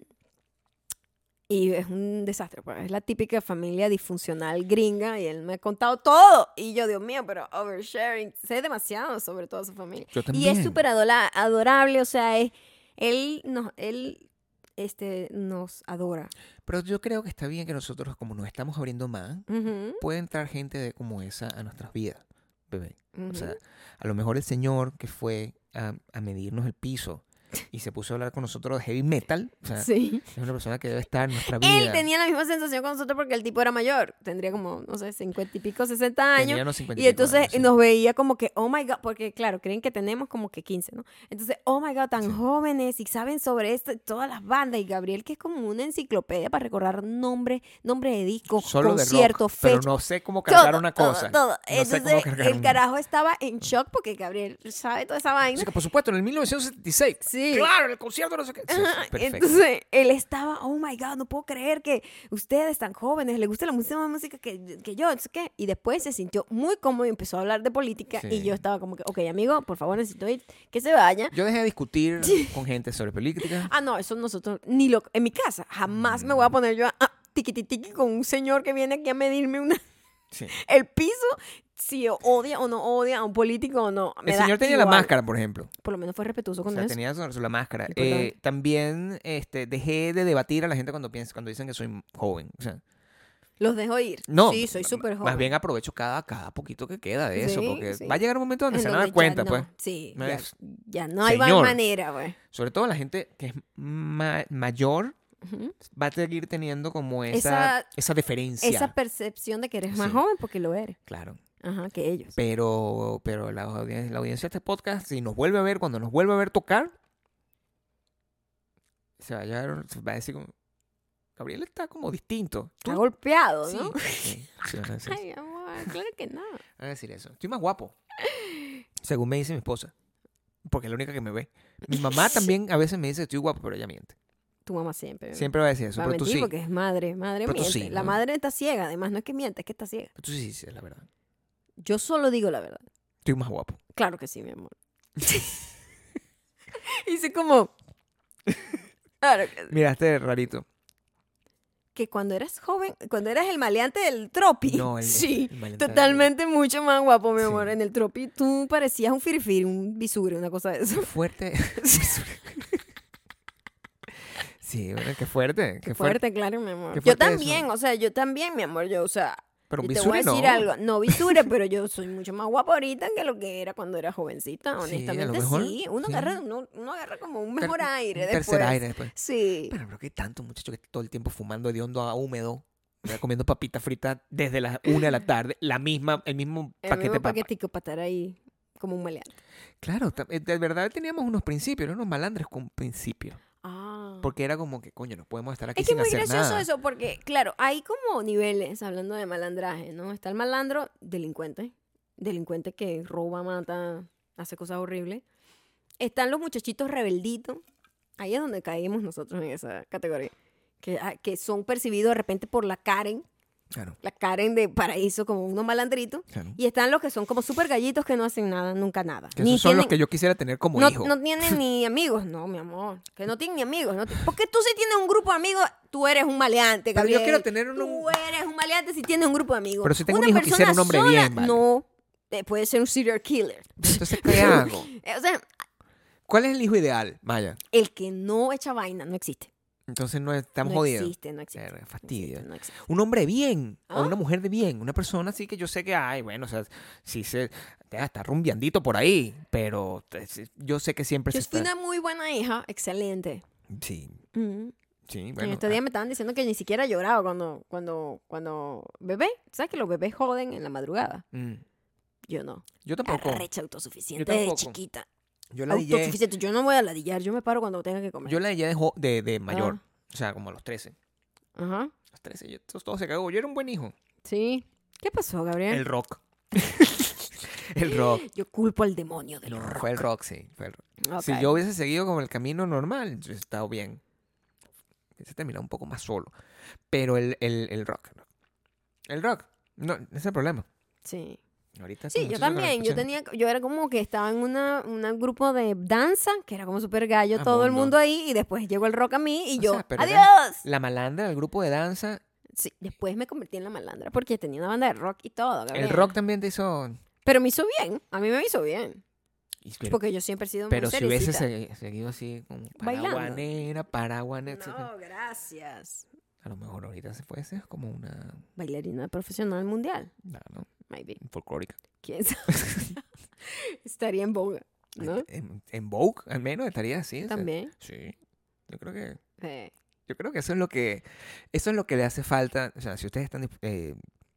S1: y es un desastre. pues, Es la típica familia disfuncional gringa y él me ha contado todo. Y yo, Dios mío, pero oversharing. Sé demasiado sobre toda su familia.
S2: Yo
S1: Y
S2: también.
S1: es súper adola- adorable, o sea, es, él, nos, él este, nos adora.
S2: Pero yo creo que está bien que nosotros, como nos estamos abriendo más,
S1: Ujú,
S2: puede entrar gente de como esa a nuestras vidas, bebé.
S1: ujú.
S2: O sea, a lo mejor el señor que fue a, a medirnos el piso y se puso a hablar con nosotros de heavy metal, o sea,
S1: sí.
S2: es una persona que debe estar en nuestra vida.
S1: Él tenía la misma sensación con nosotros porque el tipo era mayor, tendría como, no sé, 50 y pico, 60 años.
S2: Tenía unos 50
S1: Y
S2: pico
S1: entonces
S2: años, sí.
S1: nos veía como que, oh my god, porque claro, creen que tenemos como que 15, ¿no? Entonces, oh my god, tan
S2: Sí.
S1: jóvenes y saben sobre esto, todas las bandas. Y Gabriel, que es como una enciclopedia para recordar nombre, nombre de disco,
S2: Solo de rock,
S1: concierto, fecha.
S2: pero no sé cómo cargar
S1: Todo,
S2: una
S1: todo,
S2: cosa.
S1: todo.
S2: No sé cómo
S1: Entonces,
S2: cargar
S1: el
S2: una.
S1: carajo estaba en shock porque Gabriel sabe toda esa
S2: O
S1: vaina.
S2: sea, que por supuesto, en el 1976.
S1: Sí.
S2: Claro, en el concierto no sé qué. Sí, sí,
S1: Ajá,
S2: perfecto.
S1: Entonces, él estaba, oh my God, no puedo creer que ustedes tan jóvenes le guste la música, más música que, que yo, no sé qué. Y después se sintió muy cómodo y empezó a hablar de política.
S2: Sí.
S1: Y yo estaba como que, ok, amigo, por favor, necesito ir, que se vaya.
S2: Yo dejé de discutir con gente sobre política.
S1: Ah, no, eso nosotros, ni lo, en mi casa, jamás me voy a
S2: Mm.
S1: poner yo a, a tiquititiqui con un señor que viene aquí a medirme una,
S2: Sí.
S1: el piso, si odia o no odia a un político o no. Me
S2: El
S1: da
S2: señor tenía la
S1: igual.
S2: máscara, por ejemplo.
S1: Por lo menos fue respetuoso
S2: O
S1: con
S2: sea,
S1: eso.
S2: tenía sobre la máscara.
S1: Importante.
S2: Eh, también este, dejé de debatir a la gente cuando piensa, cuando dicen que soy joven. O sea,
S1: Los dejo ir.
S2: no.
S1: Sí, soy
S2: m-
S1: súper joven.
S2: Más bien aprovecho cada, cada poquito que queda de eso,
S1: Sí,
S2: porque
S1: sí.
S2: va a llegar un momento donde
S1: En
S2: se van a
S1: donde
S2: dar
S1: ya
S2: cuenta,
S1: no,
S2: pues.
S1: Sí,
S2: No
S1: ya,
S2: es-
S1: ya no hay
S2: Señor.
S1: manera, güey.
S2: Sobre todo la gente que es ma- mayor
S1: Ujú.
S2: va a seguir teniendo como esa, esa,
S1: Esa-
S2: diferencia.
S1: Esa percepción de que eres más
S2: Sí.
S1: joven porque lo eres.
S2: Claro.
S1: Ajá, que ellos.
S2: Pero, pero la, audien- la audiencia de este podcast, si nos vuelve a ver, cuando nos vuelve a ver tocar, se va a, llevar- se va a decir como, Gabriel está como distinto. Tú
S1: Está golpeado,
S2: Sí,
S1: ¿no?
S2: sí, sí, van a decir eso.
S1: Ay, amor, claro que no.
S2: Van a decir eso. Estoy más guapo. Según me dice mi esposa. Porque es la única que me ve. Mi mamá también a veces me dice que estoy guapo, pero ella miente.
S1: Tu mamá siempre.
S2: Siempre va a decir eso.
S1: Eh, va a
S2: Pero tú
S1: mentir
S2: sí.
S1: porque es madre. Madre
S2: Pero tú
S1: miente.
S2: sí,
S1: La
S2: ¿no?
S1: madre está ciega, además. No es que miente, es que está ciega.
S2: Pero tú sí dices la verdad.
S1: Yo solo digo la verdad.
S2: Estoy más guapo.
S1: Claro que sí, mi amor. Hice como... Claro que sí.
S2: Miraste este rarito.
S1: que cuando eras joven, cuando eras el maleante del tropi,
S2: No, el-
S1: sí,
S2: el maleante del
S1: totalmente mucho más guapo, mi
S2: Sí.
S1: amor. En el tropi tú parecías un firifiri, un bisure, una cosa de eso.
S2: Fuerte. sí, bueno, qué fuerte. Qué,
S1: Qué
S2: fuerte.
S1: fuerte, claro, mi amor.
S2: Qué
S1: Yo
S2: fuerte eso.
S1: también, o sea, yo también, mi amor, yo, o sea,
S2: Pero un
S1: yo te voy a
S2: bisuri no.
S1: decir algo, no bisure, pero yo soy mucho más guapo ahorita que lo que era cuando era jovencita,
S2: Sí, a lo
S1: honestamente, sí.
S2: mejor,
S1: Uno,
S2: sí.
S1: Agarra, uno, uno agarra como un
S2: Ter-
S1: mejor aire
S2: un
S1: después.
S2: Tercer aire después.
S1: Sí.
S2: Pero, pero qué tanto, muchacho, que todo el tiempo fumando de hondo a húmedo, ¿verdad? comiendo papita frita desde las una de la tarde, la misma, el mismo
S1: El
S2: paquete de
S1: mismo
S2: papa.
S1: paquetico para estar ahí como un maleante.
S2: Claro, ta- eh, de verdad teníamos unos principios, eran unos malandres con principios.
S1: Ah.
S2: Porque era como que, coño, no podemos estar aquí
S1: Es que es
S2: sin
S1: muy
S2: hacer
S1: gracioso
S2: nada.
S1: eso, porque, claro, hay como niveles hablando de malandraje, ¿no? Está el malandro delincuente, delincuente que roba, mata, hace cosas horribles. Están los muchachitos rebelditos, ahí es donde caímos nosotros en esa categoría, que, ah, que son percibidos de repente por la Karen,
S2: Claro,
S1: la Karen de Paraíso, como unos malandritos.
S2: claro.
S1: Y están los que son como súper gallitos que no hacen nada, nunca nada.
S2: Que
S1: Ni
S2: esos son los
S1: tienen-
S2: que yo quisiera tener como
S1: no,
S2: hijo.
S1: no tienen ni amigos, no, mi amor. Que no tienen ni amigos. No ti- Porque tú si tienes un grupo de amigos, tú eres un maleante,
S2: Pero yo
S1: Gabriel.
S2: quiero tener un-
S1: Tú eres un maleante si tienes un grupo de amigos.
S2: Pero si tengo
S1: Una
S2: un hijo,
S1: persona
S2: quisiera un hombre
S1: sola,
S2: bien, vale.
S1: No, eh, puede ser un serial killer.
S2: Entonces, ¿qué hago?
S1: Eh, O sea,
S2: ¿Cuál es el hijo ideal? Vaya.
S1: el que no echa vaina no existe.
S2: Entonces no estamos
S1: no
S2: jodidos.
S1: existe, no existe.
S2: Verga,
S1: no
S2: fastidio.
S1: existe, no existe.
S2: Un hombre de bien, o
S1: ¿Ah?
S2: una mujer de bien, una persona así que yo sé que, ay, bueno, o sea, si se ya, está rumbiandito por ahí, pero te- si- yo sé que siempre
S1: Yo
S2: se
S1: fui
S2: está-
S1: una muy buena hija, excelente.
S2: Sí,
S1: Mm.
S2: sí,
S1: en
S2: bueno. ah.
S1: estos días me estaban diciendo que ni siquiera lloraba cuando, cuando, cuando bebé. ¿Sabes que los bebés joden en la madrugada?
S2: ah, mm.
S1: Yo no.
S2: Yo tampoco.
S1: Arrecha autosuficiente
S2: Yo
S1: desde
S2: tampoco.
S1: chiquita.
S2: Yo la dije
S1: Autosuficiente. Yo no voy a ladillar. Yo me paro cuando tenga que comer.
S2: yo la dillé de, jo- de, de mayor,
S1: Ah.
S2: o sea, como a los 13.
S1: Ajá.
S2: A los 13, yo, todo- todo se cagó. Yo era un buen hijo.
S1: Sí. ¿Qué pasó, Gabriel?
S2: El rock. el rock.
S1: Yo culpo al demonio del
S2: No,
S1: horror.
S2: Fue el rock, sí. Fue el rock.
S1: Ok.
S2: Si yo hubiese seguido como el camino normal, yo he estado bien. Hubiese terminado un poco más solo. Pero el, el, el rock. ¿no? El rock. No, ese es el problema.
S1: Sí.
S2: Ahorita estos
S1: Sí, yo
S2: muchachos con la
S1: también. Yo
S2: escuchan-
S1: tenía, yo era como que estaba en una, un grupo de danza, que era como súper gallo,
S2: Ah,
S1: todo el
S2: mundo.
S1: mundo ahí, y después llegó el rock a mí y
S2: O
S1: yo,
S2: sea, pero
S1: ¡adiós!
S2: era- La malandra del grupo de danza.
S1: Sí, después me convertí en la malandra porque tenía una banda de rock y todo. Gabriel.
S2: El rock también te hizo.
S1: Pero me hizo bien, a mí me hizo bien.
S2: Y- Pero,
S1: Porque yo siempre he sido
S2: pero
S1: muy
S2: si hubiese
S1: seriecita.
S2: segui- seguido así, como
S1: Bailando.
S2: paraguanera, paraguanera. etcétera,
S1: No, gracias.
S2: A lo mejor ahorita se fuese como una.
S1: Bailarina profesional mundial,
S2: no, no,
S1: maybe.
S2: folclórica.
S1: ¿Quién sabe? Estaría en boga, ¿no?
S2: En, en Vogue, al menos estaría así. o sea,
S1: También.
S2: Sí. Yo creo que.
S1: eh,
S2: Yo creo que eso es lo que eso es lo que le hace falta. O sea, si ustedes están eh,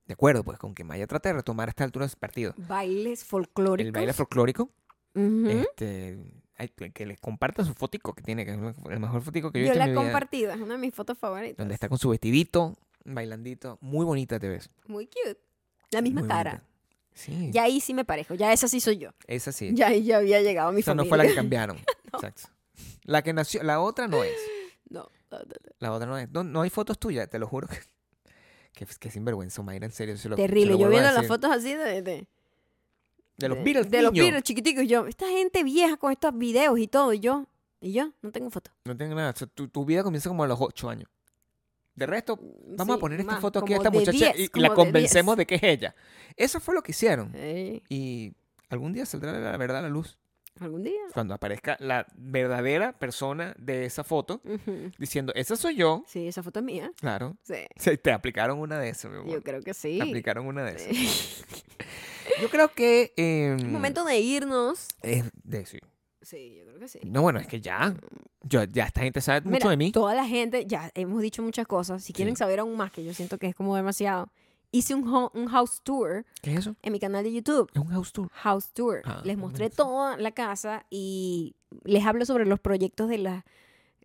S2: de acuerdo, pues, con que Maya trate de retomar a esta altura del partido.
S1: bailes folclóricos.
S2: El baile folclórico,
S1: Ujú.
S2: este, ay, que que les compartan su fotico que tiene, que es lo- el mejor fotico que yo he
S1: Yo
S2: visto
S1: la
S2: en
S1: he
S2: mi vida,
S1: compartido, es una de mis fotos favoritas.
S2: Donde está con su vestidito, bailandito, muy bonita te ves.
S1: Muy cute. La misma
S2: muy
S1: cara.
S2: bonita. Sí.
S1: Ya ahí sí me parejo, ya esa sí soy yo.
S2: Esa sí.
S1: Ya ahí ya había llegado mi
S2: Esa no
S1: familia.
S2: fue la que cambiaron. Exacto. La que nació, la otra no es.
S1: No, no, no, no.
S2: La otra no es. No, no hay fotos tuyas, te lo juro. Que, que, que sinvergüenza, Mayra, en serio. se lo- se lo
S1: Terrible. Yo
S2: vuelvo a
S1: viendo las
S2: decir.
S1: fotos así de, de,
S2: De los
S1: de-
S2: Beatles,
S1: De los
S2: niño.
S1: Beatles chiquiticos. y Yo, esta gente vieja con estos videos y todo. Y yo, y yo, no tengo fotos.
S2: No tengo nada. O sea, tu, tu vida comienza como a los 8 años. De resto,
S1: Mm,
S2: vamos
S1: Sí,
S2: a poner esta
S1: más,
S2: foto aquí a
S1: como
S2: esta
S1: de
S2: muchacha
S1: 10,
S2: y- y
S1: como
S2: la
S1: de
S2: convencemos de, que es ella. Eso fue lo que hicieron.
S1: 10. Ey,
S2: Y algún día saldrá la verdad a la luz.
S1: ¿Algún día?
S2: Cuando aparezca la verdadera persona de esa foto
S1: Ujú.
S2: diciendo, esa soy yo.
S1: Sí, esa foto es mía.
S2: Claro.
S1: Sí,
S2: Se- te aplicaron una de esas, mi amor.
S1: yo creo que sí.
S2: Te aplicaron una de esas.
S1: Sí.
S2: Yo creo que... eh,
S1: Momento de irnos.
S2: es de- sí.
S1: Sí, yo creo que sí.
S2: No, bueno, es que ya. Yo, ya esta gente sabe mucho
S1: Mira,
S2: de mí.
S1: Toda la gente, ya hemos dicho muchas cosas. Si quieren
S2: Sí.
S1: saber aún más, que yo siento que es como demasiado, hice un, ho- un house tour
S2: ¿Qué es eso?
S1: en mi canal de YouTube.
S2: Es un house tour.
S1: House tour.
S2: Ah,
S1: les mostré
S2: buenísimo.
S1: toda la casa y les hablo sobre los proyectos de las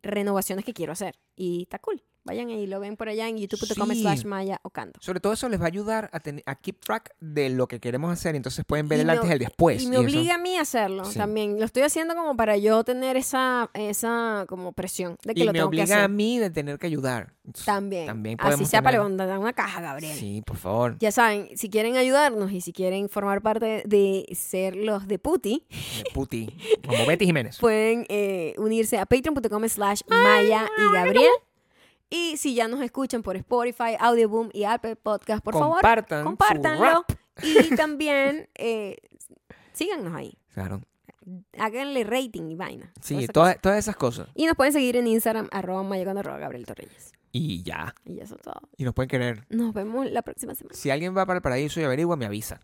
S1: renovaciones que quiero hacer. Y está cool. Vayan y lo ven por allá en youtube.com
S2: Sí.
S1: slash maya ocando.
S2: Sobre todo eso les va a ayudar a, ten- a keep track de lo que queremos hacer. Entonces pueden ver
S1: Y
S2: el
S1: me-
S2: antes y el después.
S1: Y me
S2: eso-
S1: obliga a mí a hacerlo
S2: Sí.
S1: también. Lo estoy haciendo como para yo tener esa, esa como presión de que
S2: y
S1: lo
S2: me
S1: tengo que
S2: obliga a
S1: hacer.
S2: mí de tener que ayudar. Entonces,
S1: También.
S2: También
S1: Así
S2: podemos
S1: sea para
S2: tener-
S1: levantar una caja, Gabriel.
S2: Sí, por favor.
S1: Ya saben, si quieren ayudarnos y si quieren formar parte de ser los de Puti,
S2: De eh, Puti. Como Betty Jiménez.
S1: pueden eh, unirse a patreon.com slash Maya y Gabriel. Y si ya nos escuchan por Spotify, Audioboom y Apple Podcast, por favor,
S2: Compartan. su
S1: compártanlo.
S2: rap.
S1: Y también eh, síganos ahí.
S2: Claro.
S1: Háganle rating y vaina. toda
S2: Sí,
S1: esa
S2: todas,
S1: cosa.
S2: todas esas cosas.
S1: Y nos pueden seguir en Instagram, arroba maya con arroba Gabriel Torreyes.
S2: Y ya.
S1: Y eso es todo.
S2: Y nos pueden querer.
S1: Nos vemos la próxima semana.
S2: Si alguien va para el paraíso y averigua, me avisa.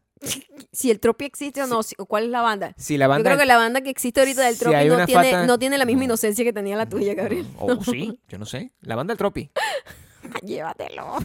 S1: Si el tropi existe o no, si- o cuál es la banda.
S2: Si la banda.
S1: Yo creo que la banda que existe ahorita del
S2: Si
S1: Tropi
S2: hay
S1: no,
S2: una
S1: tiene,
S2: falta-
S1: no tiene la misma
S2: No.
S1: inocencia que tenía
S2: Oh,
S1: la tuya, Gabriel.
S2: O sí, yo no sé. La banda del Tropi.
S1: Llévatelo.